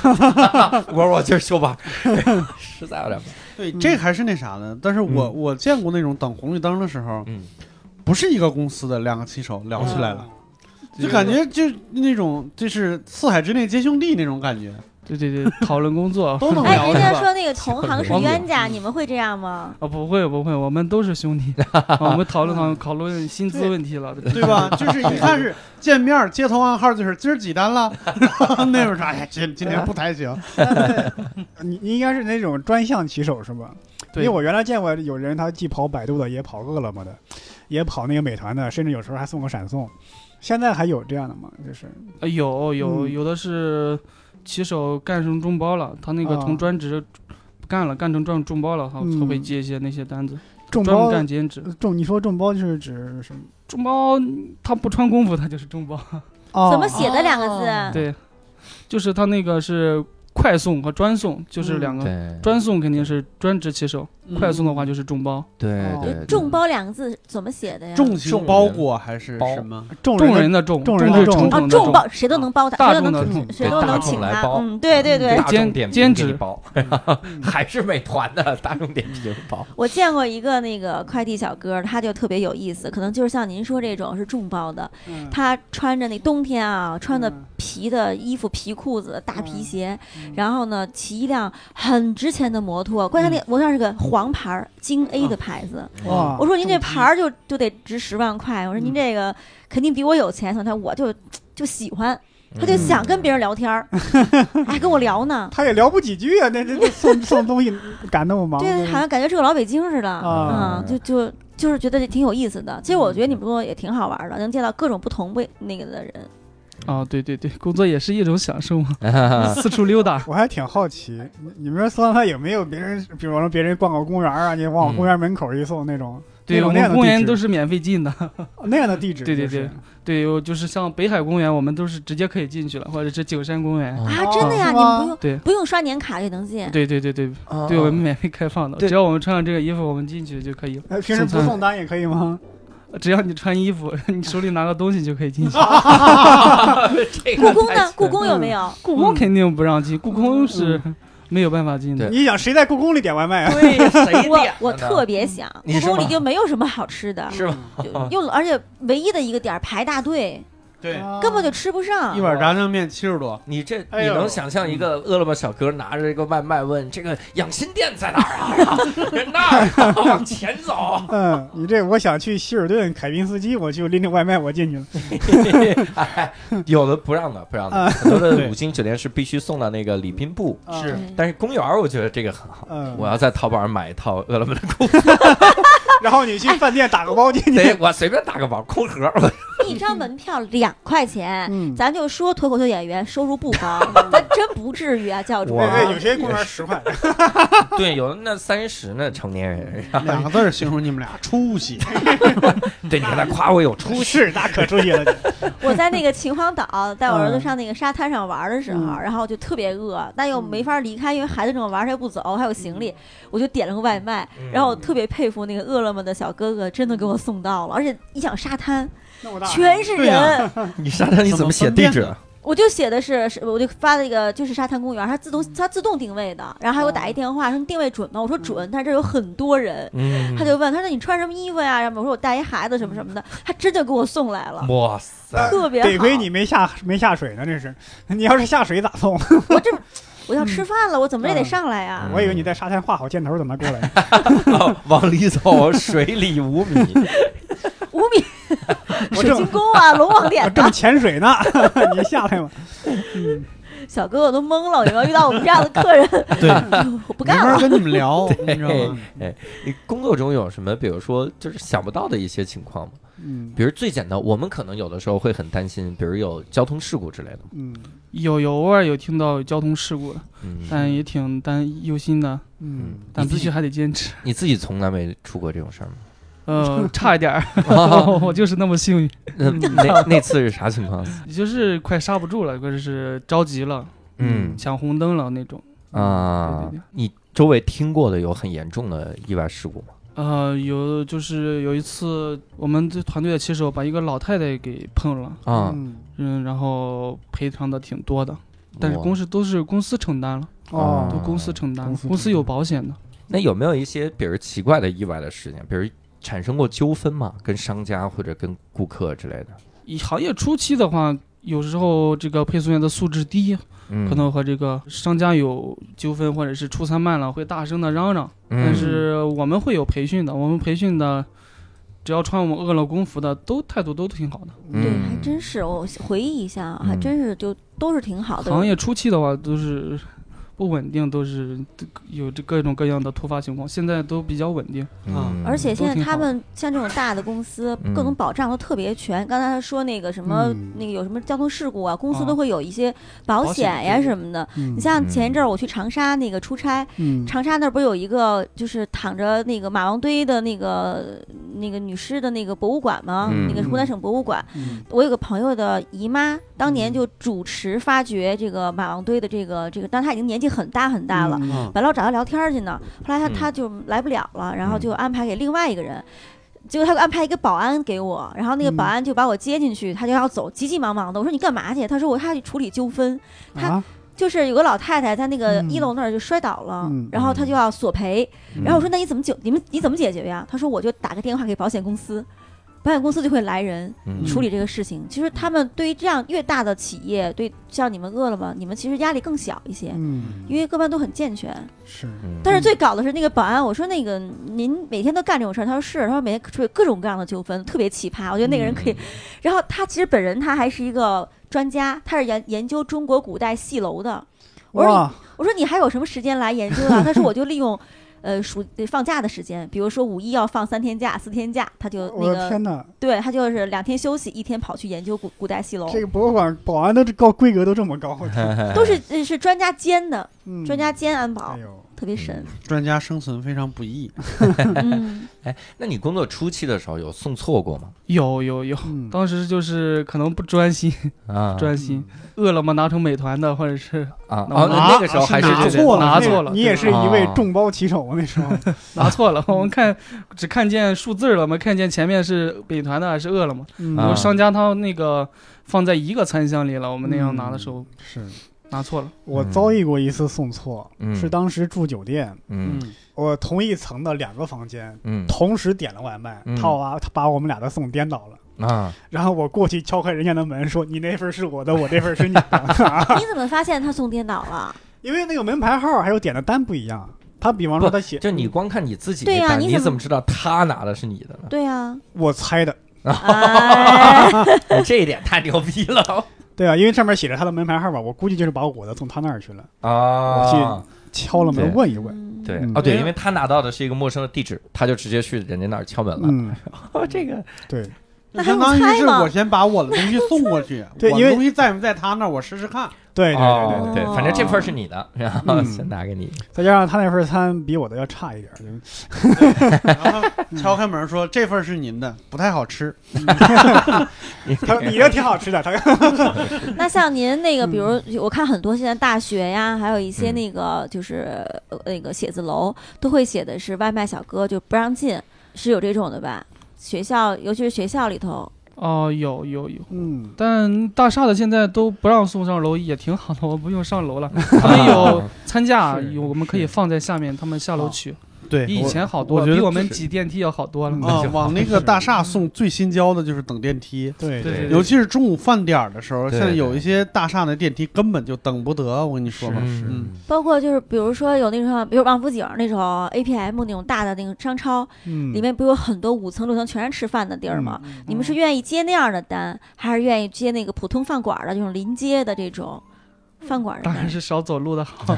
我说我今儿休班， 实在有点慢，对，嗯这还是那啥呢？但是我嗯我见过那种等红绿灯的时候，嗯，不是一个公司的两个骑手聊起来了，嗯就感觉就那种就是四海之内皆兄弟那种感觉。对对对，讨论工 作都能哎，聊人是家吧说那个同行是光冤家，你们会这样吗？啊，不会不会，我们都是兄 弟，啊我们讨论讨论讨论薪资问题了。对吧？就是一看是见面儿，街头暗号就是今儿几单了，那边说哎呀，今今天不太行，你你应该是那种专项骑手是吧？因对为我原来见过有人，他既跑百度的，也跑饿了么的，也跑那个美团的，甚至有时候还送个闪送。现在还有这样的吗？就是啊，有有嗯有的是骑手干成中包了，他那个啊从专职不干了，干成专中包了，哈，嗯他会接一些那些单子，众专门包干兼职。众，你说众包就是指什么？中包他不穿工服，他就是中包， 哦怎么写的两个字？啊哦对，就是他那个是快送和专送，就嗯是两个。对专送肯定是专职骑手，嗯嗯快送的话就是中包。哦对对，众包两个字怎么写的呀？重情重包人裹还是包什么？众众人的的众，众人的人众重啊，的众重，包谁都能包他，大谁都众的 能众嗯，谁都大能众请来他。包啊嗯，对对对，大众兼点评兼给你职包，嗯还是美团的大众点评包，我见过一个那个快递小哥，他就特别有意思，可能就是像您说这种是众包的，嗯 他穿着那冬天啊，穿的嗯皮的衣服、皮裤子、大皮鞋，嗯然后呢骑一辆很值钱的摩托，关键那摩托是个黄牌儿京 A 的牌子。啊嗯哇我说您这重牌儿就就得值十万块，我说您这个肯定比我有钱，他说我就就喜欢，嗯他就想跟别人聊天儿，还跟我聊呢，他也聊不几句啊，那那那 送送东西赶那么忙，这好像感觉是个老北京似的哦啊啊，就就就是觉得这挺有意思的。其实我觉得你们工作也挺好玩儿的，能见到各种不同位那个的人。啊，对对对，工作也是一种享受嘛， 嗯四处溜达。我还挺好奇，你你们说送外卖有没有别人，比如说别人逛个公园啊，你往我公园门口一送那种，那嗯对种我那样们的公园地址都是免费进的，那样的地址、对对就是对对，有就是像北海公园，我们都是直接可以进去了，或者是九山公园。啊，真的呀，是你吗们不用对不用刷年卡也能进。对对对对，嗯对我哦们免费开放的，对只要我们穿上这个衣服，我们进去就可以了。呃平时不送单也可以吗？只要你穿衣服， 你手里拿个东西就可以进去。这个故宫太呢？故宫有没有？故宫肯定不让进，故宫是没有办法进的。对你想谁在故宫里点外卖 啊？对 呀，谁点我的我呢特别想，你故是宫里吗就没有什么好吃的，是吧？就又而且唯一的一个点儿排大队，对，哦根本就吃不上一。碗炸酱面七十多，你这哎你呦能想象一个饿了么小哥拿着一个外卖问这个养心殿在哪儿啊？ 那儿啊往前走， 嗯，你这我想去希尔顿、凯宾斯基，我就拎着外卖我进去了。哎有的不让的不让的，啊很多的对五星酒店是必须送到那个礼宾部，啊是对但是公园儿我觉得这个很好。嗯，我要在淘宝上买一套饿了么的，然后你去饭店打个包进去。 得我随便打个包，空盒儿，我一张门票两块钱，嗯，咱就说脱口秀演员收入不高，咱真不至于啊，教主。我对哎对，有些公园十块。 对，有那三十呢成年人，啊两个字儿形容你们俩出息。对，你还在夸我有出息，是，那可出息了。我在那个秦皇岛带我儿子嗯上那个沙滩上玩的时候，嗯然后就特别饿，但又没法离开，因为孩子这么玩他又不走，还有行嗯李，我就点了个外卖。 然后我特别佩服那个饿了么的小哥哥，真的给我送到了，而且一想沙滩那我大全是对呀人，你沙滩你怎么写地址啊？我就写的是，是我就发了一个就是沙滩公园，它自动它自动定位的，然后还给我哦打一电话说你定位准吗？我嗯说准，但是这有很多人。嗯，他就问他说你穿什么衣服呀？然后我说我带一孩子什么什 么的，他真就给我送来了，哇 塞，特别好。哎得亏你没下没下水呢，这是。你要是下水咋送？ 我这我要吃饭了，我怎么也得上来呀、嗯我以为你在沙滩画好箭头等他过来。哦往里走，水里五米。 五米我水正晶宫啊，龙王我点正的潜水呢，你下来嘛。 小哥哥都懵了，有没有遇到我们这样的客人？对， 我不没干法了。跟你们 聊，你知道吗？你工作中有什么，比如说就是想不到的一些情况吗？嗯比如最简单，我们可能有的时候会很担心，比如有交通事故之类的。嗯有有偶尔有听到交通事故的，但嗯，也挺担忧心的，嗯嗯，但你自必须己还得坚持。你自己从来没出过这种事儿吗？呃， 差一点儿， 啊我就是那么幸运，那那那次是啥情况？啊 就是快刹不住了，就是着急了，嗯抢红灯了那种。啊对对对，你周围听过的有很严重的意外事故吗？呃，有就是有一次，我们这团队的骑手把一个老太太给碰了，啊，嗯嗯，然后赔偿的挺多的，但是公司司都是公司承担了，啊哦都公司承担公了，司承担公司有保险的。那有没有一些比如奇怪的意外的事情，比如产生过纠纷嘛，跟商家或者跟顾客之类的？以行业初期的话，有时候这个配送员的素质低，嗯可能和这个商家有纠纷，或者是出餐慢了会大声的嚷嚷。但嗯是我们会有培训的，我们培训的，只要穿我们饿了工服的，都态度都挺好的。对，还真是。我回忆一下啊，还嗯真是就都是挺好的。行业初期的话都是不稳定，都是有这各种各样的突发情况，现在都比较稳定。啊嗯而且现在都挺他好们像这种大的公司，各种嗯保障都特别全。刚才他说那个什么，嗯那个有什么交通事故啊，公司啊都会有一些保保险险呀对什么的。嗯你像嗯前一阵儿我去长沙那个出差，嗯长沙那儿不是有一个就是躺着那个马王堆的那个那个女尸的那个博物馆吗？嗯那个是湖南省博物馆。嗯我有个朋友的姨妈，当嗯年就主持发掘这个马王堆的这个这个，但她已经年纪很大很大了。嗯本来我找她聊天儿去呢，后来她嗯她就来不了了，然后嗯就安排给另外一个人。结果他给安排一个保安给我，然后那个保嗯安就把我接进去，他就要走，急急忙忙的。我说你干嘛去？他说我他去处理纠纷。他啊就是有个老太太，她那个嗯一楼那儿就摔倒了，嗯然后她就要索赔。嗯然后我说：“那你怎么解？你们你怎么解决呀？”她说：“我就打个电话给保险公司，保险公司就会来人嗯处理这个事情。其实他们对于这样越大的企业，对像你们饿了么，你们其实压力更小一些，嗯因为各方都很健全。是嗯但是最搞的是那个保安，我说：“那个您每天都干这种事儿？”他说：“是。”他说：“每天处理各种各样的纠纷，特别奇葩。”我觉得那个人嗯可以。然后他其实本人他还是一个专家，他是研研究中国古代戏楼的。我说哇我说你还有什么时间来研究啊？他说我就利用，呃，暑放假的时间，比如说五一要放三天假、四天假，他就我那的个天哪！对他就是两天休息，一天跑去研究古古代戏楼这，个博物馆保安的这高规格都这么 高，我天都是呃是专家兼的，嗯专家兼安保哎，呦，特别神。嗯专家生存非常不易。嗯，那你工作初期的时候有送错过吗？有有有，嗯当时就是可能不专心，啊专心，饿了么拿成美团的，或者是啊啊！那我哦那个时候还是拿这对个对错了，拿那错了你也对是一位啊众包骑手那时候，拿错了，我们看只看见数字了，没看见前面是美团的还是饿了么。嗯啊有商家他那个放在一个餐箱里了，我们那样拿的时候是拿错了，我嗯遭遇过一次送错，嗯是当时住酒店，嗯我同一层的两个房间嗯同时点了外卖，嗯他把他把我们俩的送颠倒了。啊然后我过去敲开人家的门，说：“你那份是我的，我这份是你的。你怎么发现他送颠倒 了？”因为那个门牌号还有点的单不一样。他比方说他写，就你光看你自己对那呀单，你你怎么怎么知道他拿的是你的呢？对啊，我猜的，哎，哎这一点太牛逼了对啊，因为上面写着他的门牌号嘛，我估计就是把我的送他那儿去了。 啊我！敲了门对问一问，对嗯哦对，没有因为他拿到的是一个陌生的地址，他就直接去人家那儿敲门了。嗯，哦，这个对就那相当于还用猜是吗我先把我的东西送过去，对我因的为东西在不在他那儿，我试试 看。对对对哦对对，哦反正这份儿是你的，然后 嗯先拿给你。对，再加上他那份餐比我的要差一点儿， 就是然后敲开门说：“这份是您的，不太好吃。他 你的挺好吃的，他那像您那个，比如嗯我看很多现在大学呀，还有一些嗯那个就是呃那个写字楼都会写的是外卖小哥就不让进，是有这种的吧？学校尤其是学校里头，哦，有有有。嗯，但大厦的现在都不让送上楼，也挺好的，我不用上楼了。他们有餐架，是哎有我们可以放在下面，他们下楼取，”对比以前好我多，觉了，得比我们是挤电梯要好多了嗯。 啊，往那个大厦送最心焦的就是等电梯。 对对嗯对尤其是中午饭点儿的时候，对像有一些大厦的电梯根本就等不得，我跟你说吧。是嗯包括就是比如说有那种，比如王府井那种 APM 那种大的那个商超，嗯，里面不有很多五层六层全是吃饭的地儿吗？你们是愿意接那样的单，还是愿意接那个普通饭馆的这种临街的这种饭馆的当然单？是少走路的好。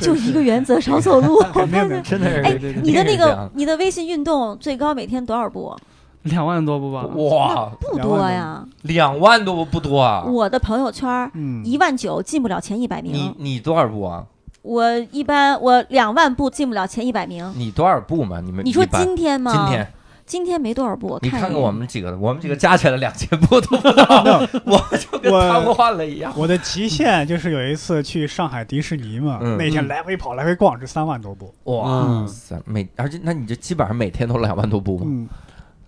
就一个原则，少走路。肯定的，真的是哎 对对，对，你的那这样个你的微信运动最高每天多少步？两万多不吧？哇，不两多万呀，两万多不多啊？我的朋友圈儿嗯， 一万九进不了前一百你名，你多少步啊？我一般我两万步进不了前一百名。你多少步嘛？你们你说一般今天吗？今天今天没多少部，我你看看一看眼我们几个的，我们几个加起来两千步都不到，我就跟我瘫痪了一样。我的极限就是有一次去上海迪士尼嘛，嗯那天嗯来回跑来回逛是三万多步，哇塞，每而且那你这基本上每天都两万多步吗？嗯，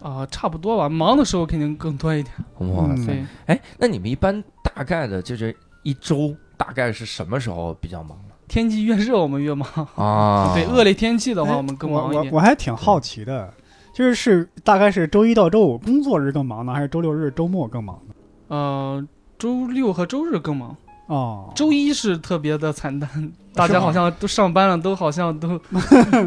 啊，差不多吧。忙的时候肯定更多一点。哇嗯塞！对，哎，那你们一般大概的就是一周大概是什么时候比较忙呢天气越热我们越忙。啊？对，恶劣天气的哎话我们更忙一我点。我还挺好奇的，就是是大概是周一到周五工作日更忙呢，还是周六日周末更忙呢？呃，周六和周日更忙，哦，周一是特别的惨淡，大家好像都上班了，都好像都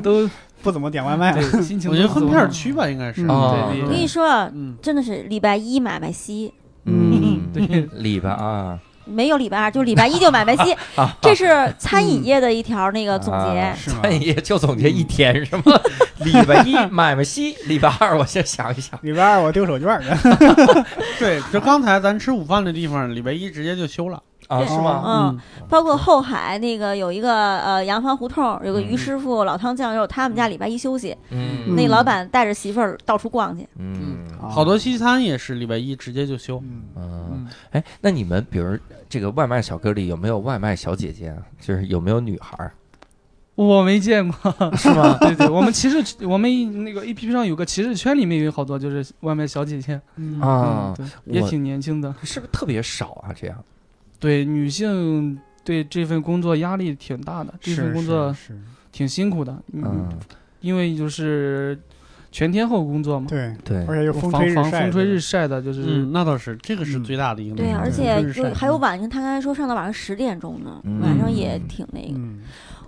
都不怎么点外卖、啊，对心情我觉都得不分怎么片好区吧，应该是嗯。啊，对我跟你说啊，嗯，真的是礼拜一买卖西，嗯，对，礼拜二没有礼拜二，就是礼拜一就买卖西 啊，这是餐嗯饮业的一条那个总啊结。是 吗？餐哎饮业就总结一天是吗？ 礼拜一买卖西，礼拜二我先想一想。礼拜二我丢手绢儿去，对，就刚才咱吃午饭的地方，礼拜一直接就休了。啊，是吗？嗯，包括后海那个有一个呃洋房胡同有个于师傅老汤酱肉，他们家礼拜一休息，嗯那嗯老板带着媳妇儿到处逛去。嗯好多西餐也是礼拜一直接就休。啊嗯，嗯，嗯，哎，那你们比如这个外卖小哥里有没有外卖小姐姐啊？就是有没有女孩儿？我没见过。是吗？ 对对，我们骑士，我们那个 A P P 上有个骑士圈，里面有好多就是外卖小姐姐，嗯啊嗯，，对，也我挺年轻的。嗯是不是特别少啊？这样对，女性对这份工作压力挺大的，这是份工作是是挺辛苦的。嗯，嗯，因为就是全天候工作嘛，对，对，而且又防风吹日防晒，风吹日晒的，就是呃嗯，那倒是，这个是最大的一个嗯对问啊，题而对且日晒有还有晚，跟他刚才说上到晚上十点钟呢，嗯晚上也挺那个。嗯，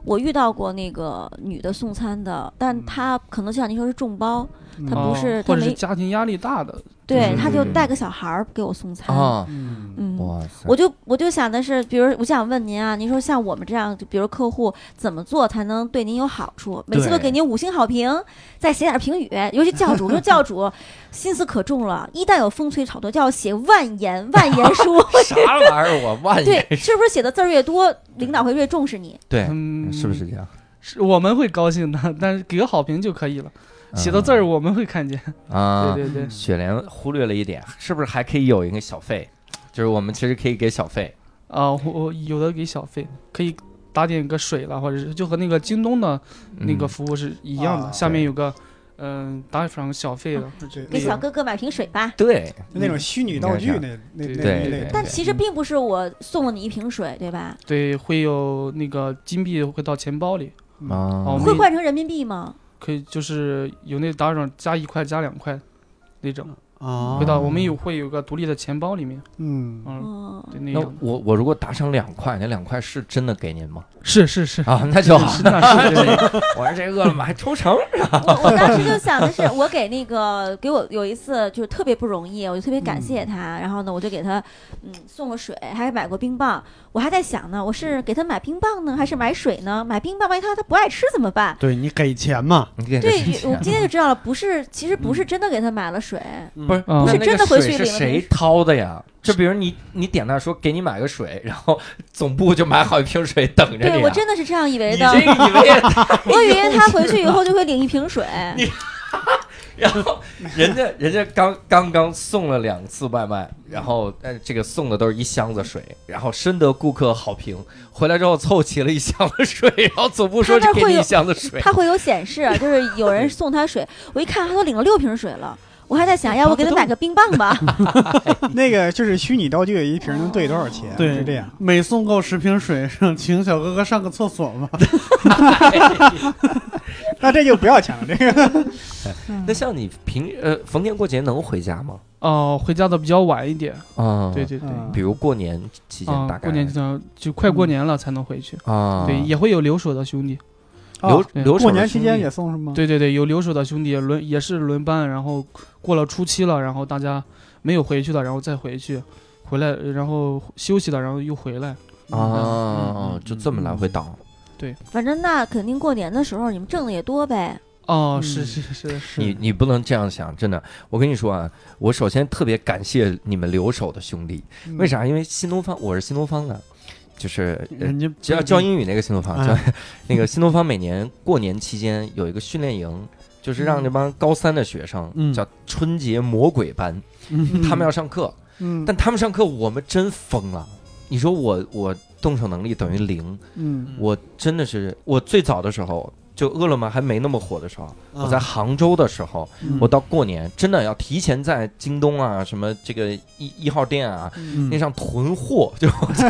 我遇到过那个女的送餐的，但嗯她可能就像您说是众包，嗯他不哦是他或者是没家庭压力大的，对，嗯她就带个小孩儿给我送餐。啊，嗯嗯，哇塞，我就我就想的是，比如我想问您啊，您说像我们这样，就比如客户怎么做才能对您有好处？每次都对给您五星好评，再写点评语，尤其教主，就教主心思可重了，一旦有风吹草动就要写万言万言书，啥玩意儿？我万对言，是不是写的字儿越多，领导会越重视你？对，嗯，是不是？这样？是我们会高兴的，但是给个好评就可以了。嗯写的字儿我们会看见，啊，对对对，雪莲忽略了一点，是不是还可以有一个小费？就是我们其实可以给小费，啊，我我有的给小费，可以打点个水了，或者是就和那个京东的那个嗯服务是一样啊的，下面有个嗯打赏个小费的，给小哥哥买瓶水吧。对，那种虚拟道具应那那那对那对类的，嗯但其实并不是我送了你一瓶水，对吧？对，会有那个金币会到钱包里，啊哦会换成人民币吗？可以就是有那打赏加一块加两块那种，啊哦会，到我们有会有个独立的钱包里面，嗯，嗯，嗯，对那那样的，我我如果打赏两块，那两块是真的给您吗？是是是，啊，那就好。是 那是对 我说这饿了么还抽成？我我 当时就想的是，我给那个给我有一次就是特别不容易，我就特别嗯感谢他，然后呢，我就给他嗯送了水，还买过冰棒。我还在想呢，我是给他买冰棒呢，还是买水呢？买冰棒，万一他他不爱吃怎么办？对你给钱嘛，你给对这，钱我啊嗯今天就知道了，不是，其实不是真的给他买了水，不是嗯那是那真个的回水去是领了谁瓶掏的呀？就比如你你点那说给你买个水，然后总部就买好一瓶水等着对你我啊。真的是这样以为你的， 这个以为也我以为他回去以后就会领一瓶水。然后人家人家刚刚刚送了两次外卖，然后但这个送的都是一箱子水，然后深得顾客好评。回来之后凑齐了一箱子水，然后总部说他那是儿给会你有一箱子水。他会有显示， 就是有人送他水，我一看他都领了六瓶水了，我还在哎想，要不给他买个冰棒 吧？那个就是虚拟道具，一瓶能兑多少钱？对是这样。每送够十瓶水，让请小哥哥上个厕所嘛。那这就不要钱了，这个那像你平呃逢年过节能回家吗？哦，回家的比较晚一点，啊，对，对对，嗯比如过年期间啊大，概过年就到就快过年了才能回去，啊，对，也会有留守的兄弟，留哦对留守过的年兄期间弟也送是吗？对对对，有留守的兄弟轮也是轮班，然后过了初七了，然后大家没有回去的，然后再回去，回来然后休息的，然后又回来。嗯啊嗯，就这么来回倒。反正那肯定过年的时候你们挣的也多呗。哦，嗯是是是，是你你不能这样想，真的。我跟你说啊，我首先特别感谢你们留守的兄弟，嗯为？啥？因为新东方，我是新东方的，就是 呃嗯人家啊教教英语那个新东方， 嗯教那个新东方每年过年期间有一个训练营，就是让嗯这帮高三的学生、嗯叫春节魔鬼班，嗯他们要上课，嗯，但他们上课我们真疯了。你说我我动手能力等于零，嗯我真的是我最早的时候。就饿了么还没那么火的时候，我嗯在杭州的时候，我到过年真的要提前在京东啊、什么这个一一号店啊嗯那上囤货，就我在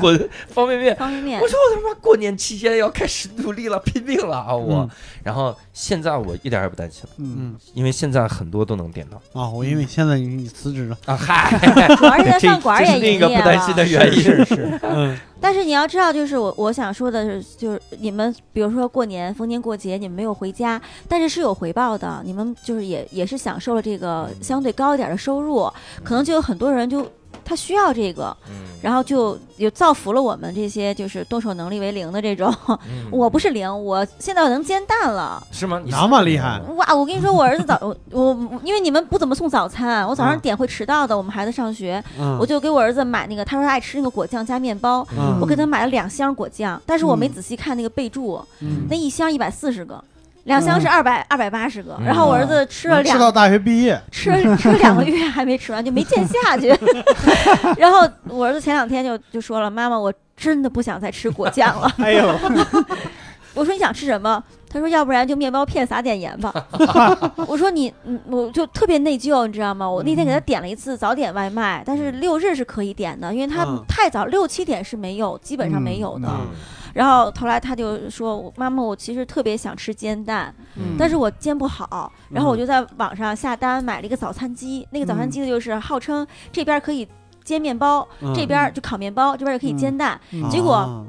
囤方便面。方便面我，说我他妈过年期间要开始努力了，拼命了啊！我，嗯然后现在我一点儿也不担心了，嗯嗯因为现在很多都能点到啊，我因为现在你辞职了，啊！ 嗨，主要是在哎这饭馆儿这也是另一营个业不担心的了。原因是是，嗯但是你要知道，就是我我想说的是，就是你们比如说过年逢年过节你们没有回家，但是是有回报的，你们就是也也是享受了这个相对高一点的收入， 可能就有很多人就他需要这个，嗯然后就也造福了我们这些就是动手能力为零的这种。嗯我不是零，我现在我能煎蛋了。是吗？你哪么厉害哇！我跟你说，我儿子早我我因为你们不怎么送早餐，我早上嗯点会迟到的。我们孩子上学，嗯，我就给我儿子买那个，他说他爱吃那个果酱加面包，嗯我给他买了两箱果酱，但是我没嗯仔细看那个备注，嗯那一箱一百四十个。两箱是二百二百八十个，嗯然后我儿子吃了能吃两到大学毕业，吃 了吃了两个月还没吃完就没见下去， 然后我儿子前两天就就说了，妈妈，我真的不想再吃果酱了。哎呦，我说你想吃什么？他说要不然就面包片撒点盐 吧。我说你，嗯我就特别内疚，你知道吗？我那天嗯给他点了一次早点外卖，但是六日是可以点的，因为他嗯太早六七点是没有，基本上没有的。嗯然后后来他就说：“妈妈，我其实特别想吃煎蛋，嗯但是我煎不好。”然后我嗯就在网上下单买了一个早餐机，那个嗯早餐机就是号称这边可以煎面包，嗯这边就烤面包，这边就可以煎蛋。嗯结果啊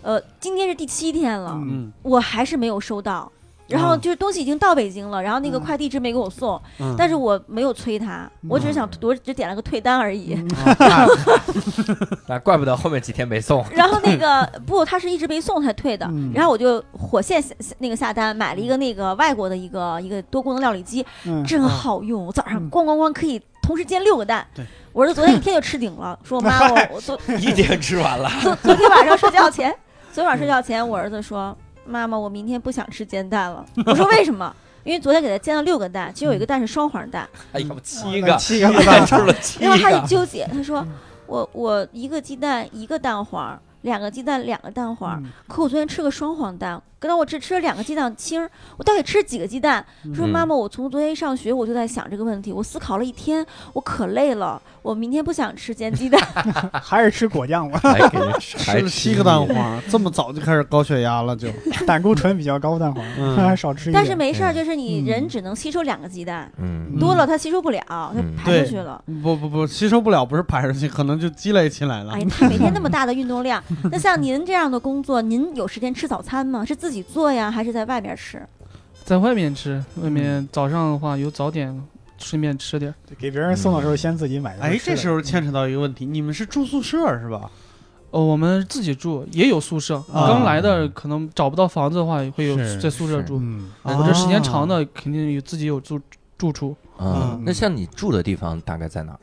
呃，今天是第七天了，嗯嗯我还是没有收到。然后啊就是东西已经到北京了，然后那个嗯快递一直没给我送，嗯，但是我没有催他，我只是想我只点了个退单而已。嗯嗯那怪不得后面几天没 送。 然后那个 不，他是一直没送才退的。嗯然后我就火线下下那个下单买了一个那个外国的一个一个多功能料理机，嗯真好用。我早上嗯咣咣咣可以同时煎六个蛋。对我儿子昨天一天就吃顶了，说我妈我 我昨一天吃完了，昨昨天晚上睡觉前，昨天晚上睡觉前，我儿子说：“妈妈，我明天不想吃煎蛋了。” 我说：“为什么？”因为昨天给他煎了六个蛋，其中有一个蛋是双黄 蛋，哎呦，七七个，七个一 天吃了七然后他就哎个，纠结，他说：“嗯我我一个鸡蛋一个蛋黄，两个鸡蛋两个蛋黄，嗯可我昨天吃个双黄蛋，刚刚我只吃了两个鸡蛋清儿，我到底吃几个鸡蛋？说嗯妈妈，我从昨天一上学我就在想这个问题，我思考了一天，我可累了，我明天不想吃煎鸡蛋。还是吃 果酱吧，还给人吃吃了七个蛋，黄，这么早就开始高血压了，就胆固醇比较高，蛋黄嗯还少吃一点。但是没事儿，就是你人嗯只能吸收两个鸡蛋，嗯嗯多了它吸收不了，它嗯排出去了。 不不不，吸收不了，不是排出去，可能就积累起来了哎，。他每天那么大的运动量， 那像您这样的工作，您有时间吃早餐吗？是自己做呀，还是在外面吃？在外面吃，外面早上的话有早点，顺便吃点儿。给别人送的时候，先自己买。哎，这时候欠牵扯到一个问题，你们是住宿舍是吧？哦，我们自己住也有宿舍，刚来的可能找不到房子的话，也会有是在宿舍是住。嗯啊我这时间长的，肯定有自己有住住处。啊嗯！那像你住的地方大概在哪儿？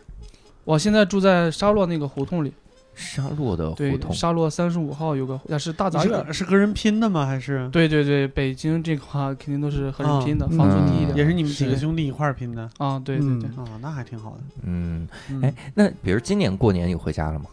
我现在住在沙洛那个胡同里，沙洛的胡对，同，沙洛三十五号有个，那是大杂院是。是跟人拼的吗？还是对对对，北京这块儿肯定都是和人拼的，嗯房租低一点。也是你们几个兄弟一块儿拼的？啊，对对对，啊，那还挺好的。嗯，嗯哎，那比如今年过年你回家了吗？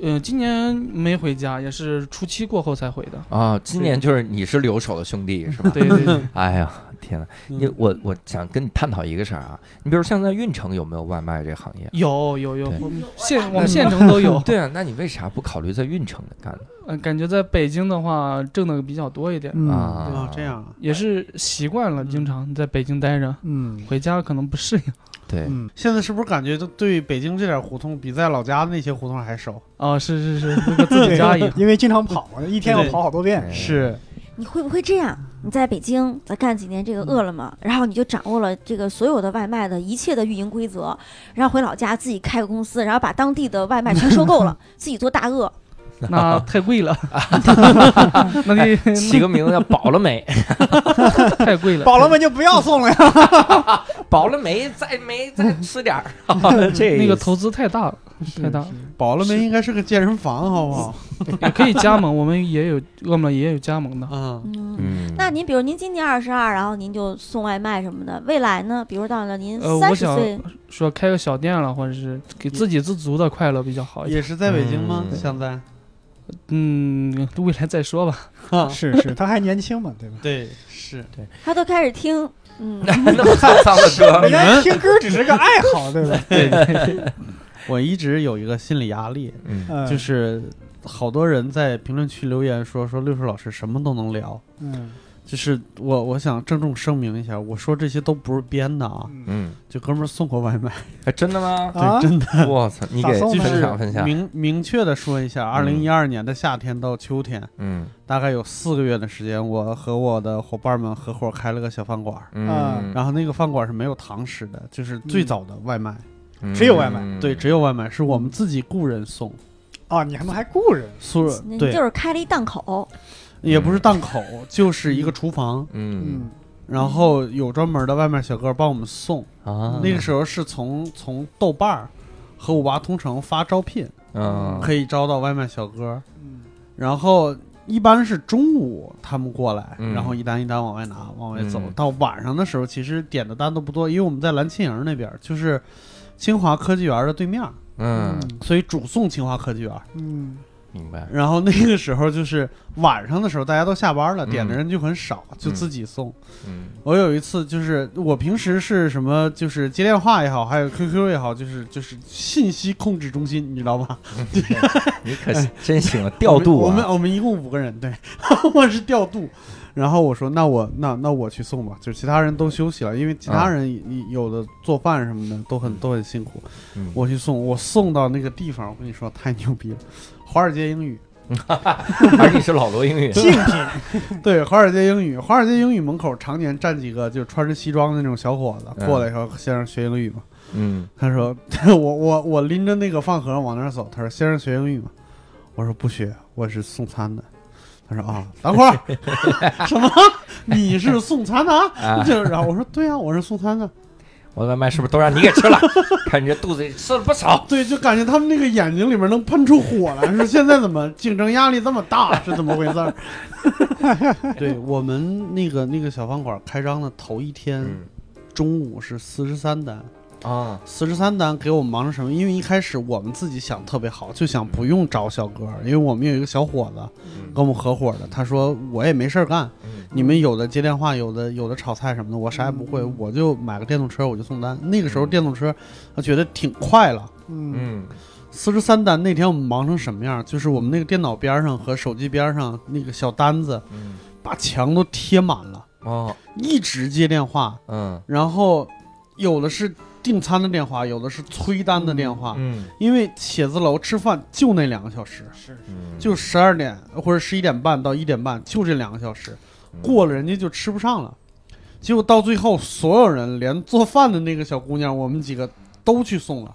呃，今年没回家，也是初七过后才回的。啊，今年就是你是留守的兄弟是吧？对对对， 哎呀，天哪！你嗯我我想跟你探讨一个事儿啊，你比如像在运城有没有外卖这行业？有有有对，我们县我们县城都 有。对啊，那你为啥不考虑在运城干呢？呃，感觉在北京的话挣的比较多一点，嗯啊哦啊，，这，样啊，也是习惯了，嗯经常在北京待着，嗯回家可能不适应。对，嗯，现在是不是感觉都对北京这点胡同比在老家那些胡同还熟？哦，是是是，那个自己 家也因为经常跑嘛，一天我跑好多遍。是，你会不会这样？你在北京再干几年这个饿了么，然后你就掌握了这个所有的外卖的一切的运营规则，然后回老家自己开个公司，然后把当地的外卖全收购了，自己做大鳄。那太 贵了，那哎得起个名字叫饱了 没？太贵了。饱了们就不要送了呀。饱了没？再没再吃点儿。 这 那意个思投资太大了，太大了，饱了没？应该是个健身房，好不好？也可以加盟。我们也有饿了么也有加盟的，啊，嗯，嗯，那您比如您今年二十二，然后您就送外卖什么的，未来呢？比如到了您呃三我十想岁，说开个小店了，或者是给自给自足的快乐比较好一点。也是在北京吗？嗯现在？嗯，未来再说吧。是是，他还年轻嘛，对 吧？对，是他都开始听，嗯， 那么沧桑的歌，嗯人家听歌只是个爱好，对吧？对。我一直有一个心理压力，嗯嗯，就是好多人在评论区留言说说六叔老师什么都能聊，嗯就是我我想郑重声明一下，我说这些都不是编的啊，嗯嗯，就哥们儿送过外卖，哎真 的吗？啊，真的我操，你咋给送就呢分是享分嗯享，明明确的说一下，二零一二年的夏天到秋天，嗯大概有四个月的时间，我和我的伙伴们合伙开了个小饭馆儿。嗯，啊然后那个饭馆儿是没有堂食的，就是最早的外卖，嗯只有外卖嗯对，只有外卖是我们自己雇人送，哦，你他妈还雇人？苏您对就，是开了一档口，也不是档口，就是一个厨房，嗯嗯，然后有专门的外卖小哥帮我们送。啊，那个时候是从从豆瓣儿和五八同城发招聘，嗯可以招到外卖小哥，嗯然后一般是中午他们过来，嗯然后一单一单往外拿，往外走。嗯到晚上的时候，其实点的单都不多，因为我们在蓝沁营那边儿，就是清华科技园的对面儿，嗯，所以主送清华科技园。嗯明白，然后那个时候就是晚上的时候，大家都下班了，嗯点的人就很少，就嗯自己送。嗯 我有一次就是我平时是什么，就是接电话也好，还有 QQ 也好，就是就是信息控制中心，你知道吧？你可是真行啊，调度哎我们我啊，们我们一共五个人，对，我是调度。然后我说那我那那我去送吧，就是其他人都休息了，因为其啊他人有有的做饭什么的都很都很辛苦，嗯我去送，我送到那个地方，我跟你说太牛逼了，华尔街英语，而你是老罗英语，竞品， 对，华尔街英语，华尔街英语门口常年站几个就穿着西装的那种小伙子，嗯过来说先生学英语嘛。嗯他说 我我我拎着那个饭盒往那儿走，他说先生学英语吗？我说不学，我是送餐的。他说啊，等会儿 什么？你是送餐的啊？啊，就然后我说对啊，我是送餐的。我的外卖是不是都让你给吃了？ 看你这肚子里吃了不少，对，就感觉他们那个眼睛里面能喷出火来，说现在怎么竞争压力这么大，是怎么回事儿？ 对我们那个那个小饭馆开张的头一天，嗯中午是四十三单，啊，四十三单给我们忙成什么？因为一开始我们自己想特别好，就想不用找小哥，因为我们有一个小伙子嗯跟我们合伙的，他说我也没事儿干，嗯你们有的接电话，有的有的炒菜什么的，我啥也不会，我就买个电动车我就送单。那个时候电动车，他觉得挺快了。嗯嗯四十三单那天我们忙成什么样？就是我们那个电脑边上和手机边上那个小单子，嗯，把墙都贴满了，哦，一直接电话，嗯然后有的是订餐的电话，有的是催单的电话，嗯因为写字楼吃饭就那两个小时，是嗯，就十二点或者十一点半到一点半，就这两个小时，过了人家就吃不上了。结果到最后，所有人连做饭的那个小姑娘，我们几个都去送了。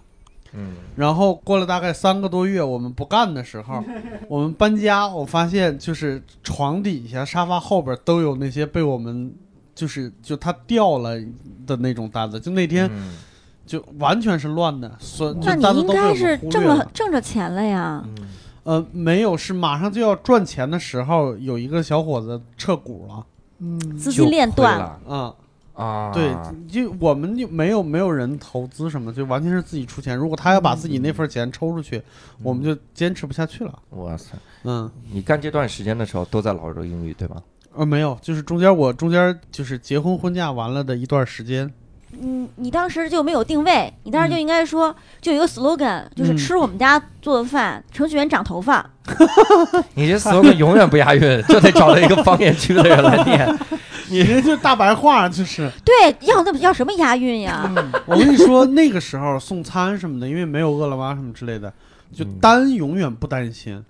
嗯然后过了大概三个多月，我们不干的时 候，我们搬家，我发现就是床底下、沙发后边都有那些被我们就是就它掉了的那种单子，就那天嗯就完全是乱的，所就那单你子应都被该我是们忽挣略了挣着钱了呀。嗯呃，没有，是马上就要赚钱的时候，有一个小伙子撤股了。嗯资金链断了，了啊、啊，对，就我们就没有没有人投资什么，就完全是自己出钱。如果他要把自己那份钱抽出去，嗯我们就坚持不下去了。哇塞，嗯，你干这段时间的时候都在老罗英语对吧？呃，没有，就是中间我中间就是结婚婚嫁完了的一段时间，嗯，你当时就没有定位，你当时就应该说，就有一个 slogan，就是嗯吃我们家做的饭，程序员长头发。你这 slogan 永远不押韵，就得找到一个方言区的人来 念。你这就大白话，就是对，要那要什么押韵呀？嗯我跟你说，那个时候送餐什么的，因为没有饿了么什么之类的，就嗯单永远不担心，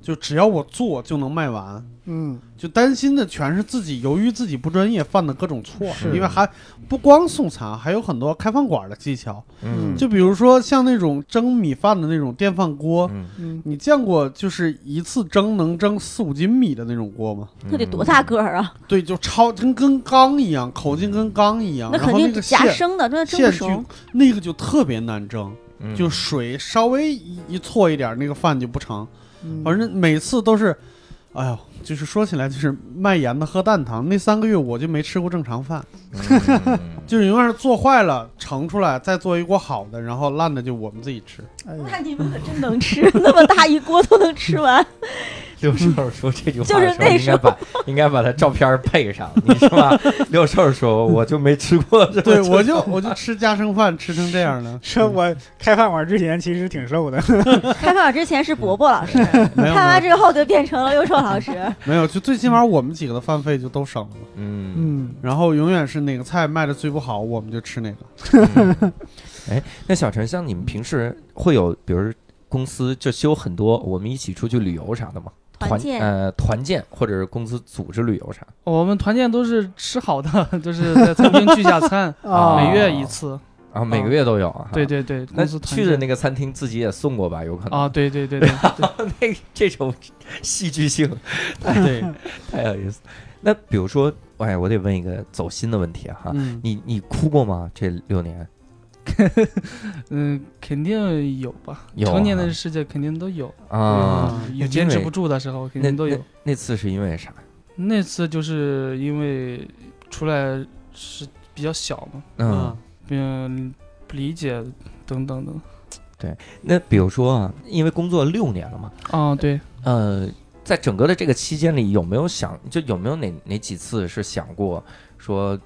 就只要我做就能卖完。嗯就担心的全是自己，由于自己不专业犯的各种错，是因为还不光送餐，还有很多开饭馆的技巧。嗯，就比如说像那种蒸米饭的那种电饭锅，嗯嗯，你见过就是一次蒸能蒸四五斤米的那种锅吗？那得多大个儿啊？对，就超跟跟缸一样，口径跟缸一样，那嗯然肯后那定个夹线生的，真的蒸线不距熟。那个就特别难蒸，嗯？就水稍微一一错一点，那个饭就不成。嗯反正每次都是哎呦，就是说起来就是卖盐的喝蛋疼，那三个月我就没吃过正常饭，就是永远是做坏了盛出来，再做一锅好的，然后烂的就我们自己 吃。哎呀，。那你们可真能吃， 那么大一锅都能吃完。 六兽说这句话就是的时候，那应时该候把应该把他照片配 上，你是吧？六兽说我就没吃 过这么，对，我就我就吃家常饭吃成这样了 说我开饭馆之前其实挺瘦的，开饭之前是伯伯老师，没有没看完有之后就变成了优秀 老师。没有，就最起码我们几个的饭费就都省了。嗯嗯，，然后永远是哪个菜卖的最不好，我们就吃哪个。嗯，哎，那小陈，像你们平时会有，比如公司就休很多，我们一起出去旅游啥的吗？团建呃团建，或者是公司组织旅游啥？我们团建都是吃好的，就是在餐厅聚下 餐 啊每月一次。啊，每哦个月都有啊。对。对对，那公司团去的建那个餐厅自己也送过吧？有可能啊，，对对对对对， 那这种戏剧 性，对， 太有意思。那比如说，哎，我得问一个走心的问题啊哈，嗯，你你哭过吗？这六年嗯，肯定有吧？有成年啊的世界肯定都有啊，嗯有坚持不住的时候肯那定都那有。那次是因为啥？那次就是因为出来是比较小嘛，啊嗯，嗯，理解等等等。那比如说啊，因为工作六年了嘛，啊，对，呃，在整个的这个期间里，有没有想就有没有哪哪几次是想过说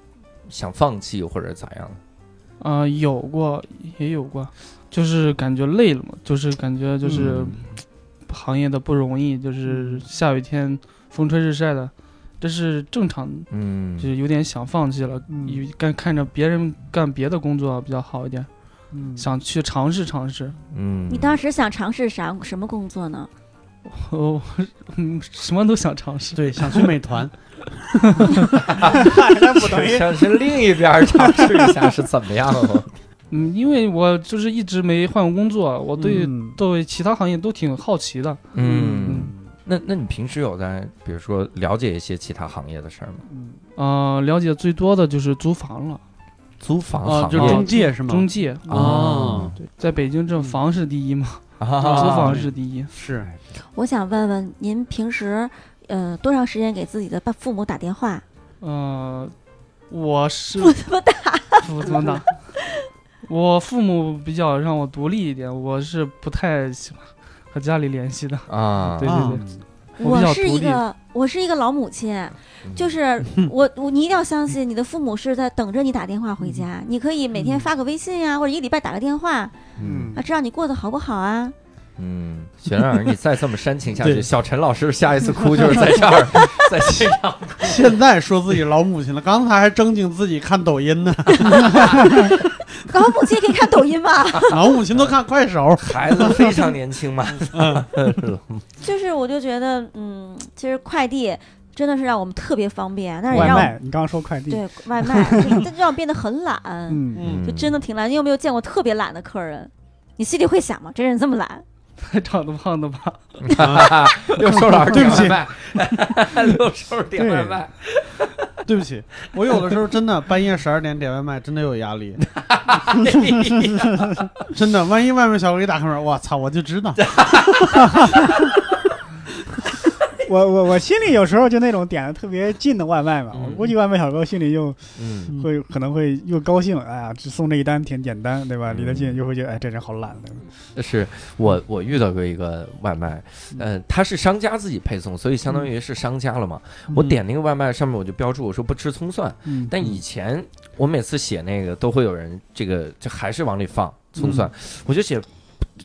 想放弃或者咋样？啊、有过也有过，就是感觉累了嘛，就是感觉就是嗯行业的不容易，就是下雨天风吹日晒的，这是正常的，嗯，就是有点想放弃了，嗯有干看着别人干别的工作比较好一点，嗯想去尝试尝试。 嗯，你当时想尝试啥什么工作呢？哦，嗯， 什么都想尝试。对，想去美 团，那不等于想去另一边儿尝试一下是怎么样了？嗯，因为我就是一直没换过工作，我对、嗯对其他行业都挺好奇的。嗯，那那你平时有在比如说了解一些其他行业的事儿吗？嗯呃，了解最多的就是租房了，租房啊，行就业是中介是吗中？介。哦对，在北京这房是第一嘛，啊租房是第一。是，哎我想问问您平时，呃，多长时间给自己的爸父母打电话？呃，我是不怎么打，我怎么打？我父母比较让我独立一点，我是不太喜欢和家里联系的。 啊，对啊对对，我比我较是一独立个我是一个老母亲，就是是我我你一定要相信你的父母是在等着你打电话回家，你可以每天发个微信呀、或者一个礼拜打个电话啊，嗯知道你过得好不好啊？嗯，雪亮儿，你再这么煽情下去，对小陈老师下一次哭就是在这儿，在现场。现在说自己老母亲了，刚才还正经自己看抖音呢，搞母亲也可以看抖音吧？老母亲都看快手。孩子非常年轻嘛，就是我就觉得，嗯，其实快递真的是让我们特别方便，但是也外让我卖，你刚刚说快递，对外卖，就是这让我变得很懒，嗯，嗯就真的挺懒。你有没有见过特别懒的客人？你心里会想吗？这人这么懒？长得胖的吧？六兽老师对不起点外卖， 六兽点外卖，对不起，我有的时候真的半夜十二点点外卖，真的有压力，真的，万一外卖小哥一打开门，我操，我就知道， 我我我心里有时候就那种点的特别近的外卖嘛，嗯我估计外卖小哥心里就嗯，会可能会又高兴，哎呀，只送这一单挺简单，对吧？嗯离得近又会觉得哎这人好懒，对吧？是我我遇到过一个外卖，呃，他是商家自己配送，所以相当于是商家了嘛。我点那个外卖上面我就标注我说不吃葱蒜，嗯，但以前我每次写那个都会有人这个就还是往里放葱蒜，我就写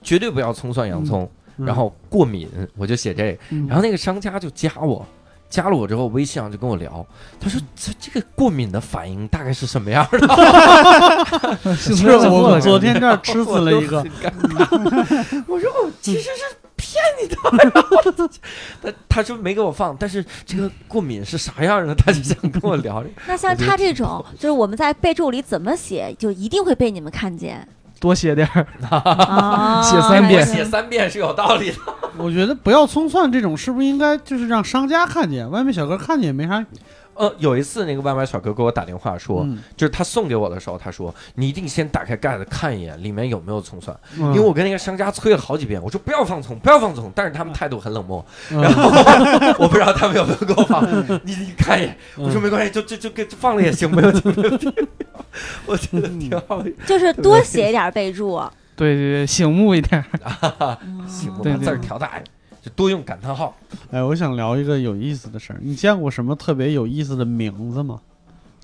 绝对不要葱蒜洋葱，嗯然后过敏我就写这个。嗯然后那个商家就加我，加了我之后微信上就跟我聊，他说这这个过敏的反应大概是什么样的？，是是我们昨嗯天这儿吃死了一个 我说我其实是骗你的， 然后他他他说没给我放，但是这个过敏是啥样的？ 他就想跟我聊这个。那像我觉得他这种，就是我们在备注里怎么写，就一定会被你们看见。多写点儿。啊，写三遍我写三遍是有道理的。我觉得不要葱蒜这种，是不是应该就是让商家看见，外卖小哥看见也没啥呃，有一次那个外卖小哥给我打电话说，嗯就是他送给我的时候，他说你一定先打开盖子看一眼里面有没有葱蒜，因因为我跟那个商家催了好几遍，我说不要放葱，不要放葱，但是他们态度很冷漠，嗯 然后我不知道他们有没有给我放，你你看一眼，我说没关系，就就就给放了也行，没有问题，没有问题我觉得挺好， 就是多写一点备注。对对对，醒目一点。嗯啊行，我对把对字儿调大一点，就多用感叹号。哎，我想聊一个有意思的事儿。你见过什么特别有意思的名字吗？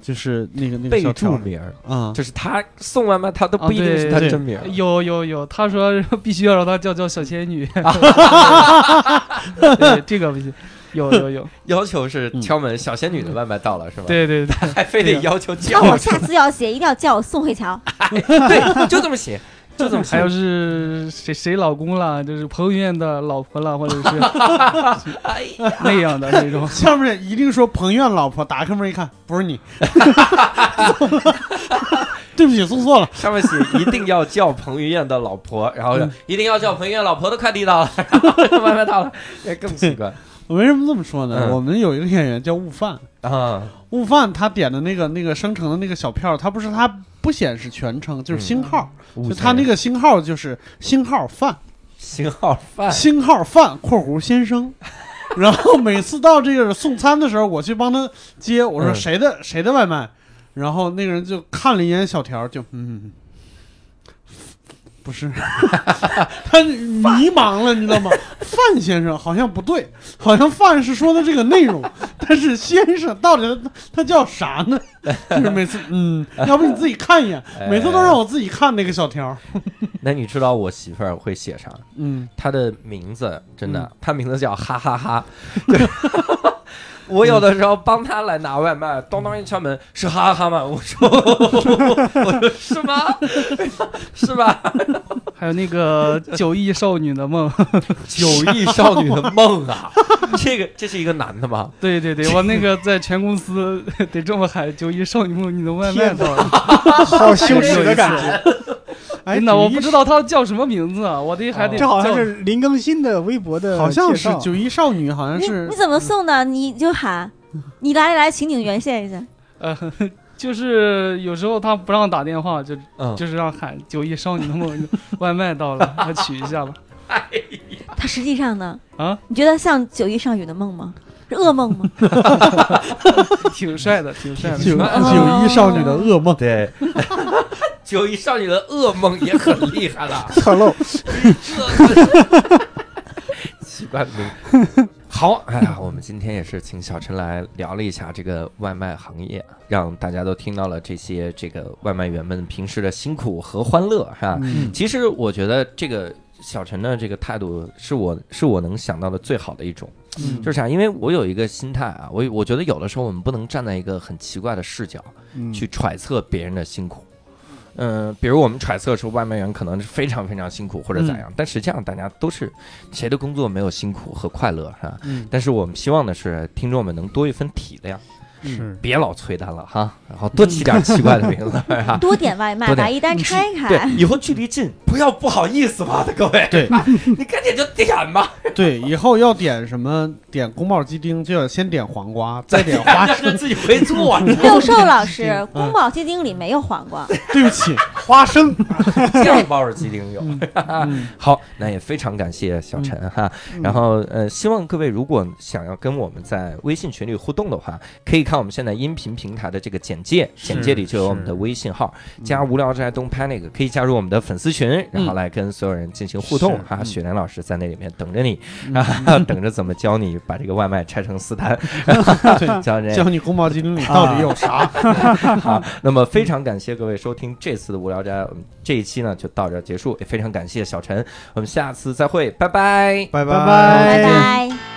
就是那个那个备小注条名儿，啊，就是他送外卖，他都啊不一定对是他哦对真名儿。有有有，他说 必须要让他叫叫小 仙女， 对这个不行。有有有，要求是敲门，小仙女的外卖到了是吧？，对对对，还非得要求 那叫哦我出下来，次要写，一定要叫我宋慧乔。对，就这么写，就这么 还写有。是谁谁老公啦，就是彭于晏的老婆啦，或者是那样的那种。下面一定说彭院老婆，打开门一看，不是你， 对不起，送错了。上面写一定要叫彭于晏的老婆，然后一定要叫彭于晏老婆的快递到了，然后外卖到了，也更奇怪我为什么这么说呢？嗯我们有一个演员叫悟饭，啊。悟饭他点的那个那个生成的那个小票，他不是他不显示全称，嗯就是星号，就他那个星号就是星号饭，星号饭，星号饭（括弧先生）。然后每次到这个送餐的时候，我去帮他接，我说嗯谁的、谁的外卖，然后那个人就看了一眼小条，就嗯，不是， 他迷茫了，你知道吗？范先生好像不对，好像范是说的这个内容，但是先生到底他他叫啥呢？就是每次嗯，要不你自己看一眼，每次都让我自己看那个小条，那你知道我媳妇儿会写啥？嗯，她的名字真的，她名字叫哈哈哈。就是我有的时候帮她来拿外卖，咚咚一敲门是哈哈哈吗？我说，我说是吗？是吧？还有那个九亿少女的梦，九亿少女的梦啊，这个这是一个男的吗？ 对 对对，我那个在全公司得这么喊九亿少女梦，你的外卖到了。好羞耻的感觉。哎，真的，我你不知道她叫什么名字啊，我得还得这好像叫是林更新的微博的介绍，好像是九一少女，好像你是你怎么送的？你就喊，你来来，情景原现一下。呃，就是有时候他不让打电话，就嗯，就是让喊“九亿少女的梦”，外卖到了，来取一下吧。他实际上呢？啊，你觉得像九亿少女的梦吗？是噩梦吗？挺帅的，挺帅九的。九一少女的噩梦。对。九亿少女的噩梦也很厉害了，侧漏。 奇怪的名字好，哎呀，我们今天也是请小陈来聊了一下这个外卖行业，让大家都听到了这些这个外卖员们平时的辛苦和欢乐，哈。嗯其实我觉得这个小陈的这个态度是我是我能想到的最好的一种，嗯就是啊啥？因为我有一个心态啊，我我觉得有的时候我们不能站在一个很奇怪的视角嗯去揣测别人的辛苦。嗯、比如我们揣测说外卖员可能是非常非常辛苦或者咋样，嗯但实际上大家都是谁的工作没有辛苦和快乐哈、嗯，但是我们希望的是，听众们能多一份体谅，是别老催单了哈，嗯然后多起点奇怪的名 字哈。多点外卖，啊多点把一单拆对开，，以后距离近，不要不好意思嘛，各位。对 你赶紧就点吧，对，以后要点什么点宫保鸡丁，就要先点黄瓜，再 点花 让生。自己回做。六兽老师，宫保鸡丁里没有黄瓜，对不起，花生。 酱包鸡丁有。 嗯好，那也非常感谢小陈哈。然后呃，希望各位如果想要跟我们在微信群里互动的话，可以看我们现在音频平台的这个简介，简介里就有我们的微信号，嗯加无聊斋 Don't Panic，可以加入我们的粉丝群，然后来跟所有人进行互动是哈。嗯雪莲老师在那里面等着你，啊， 等着怎么教你把这个外卖拆成四单，对，教嗯人教你宫保鸡丁里到底有啥？好，那么非常感谢各位收听这次的无聊斋，我们这一期呢就到这儿结束，也非常感谢小陈，我们下次再会，拜拜。拜拜拜拜拜。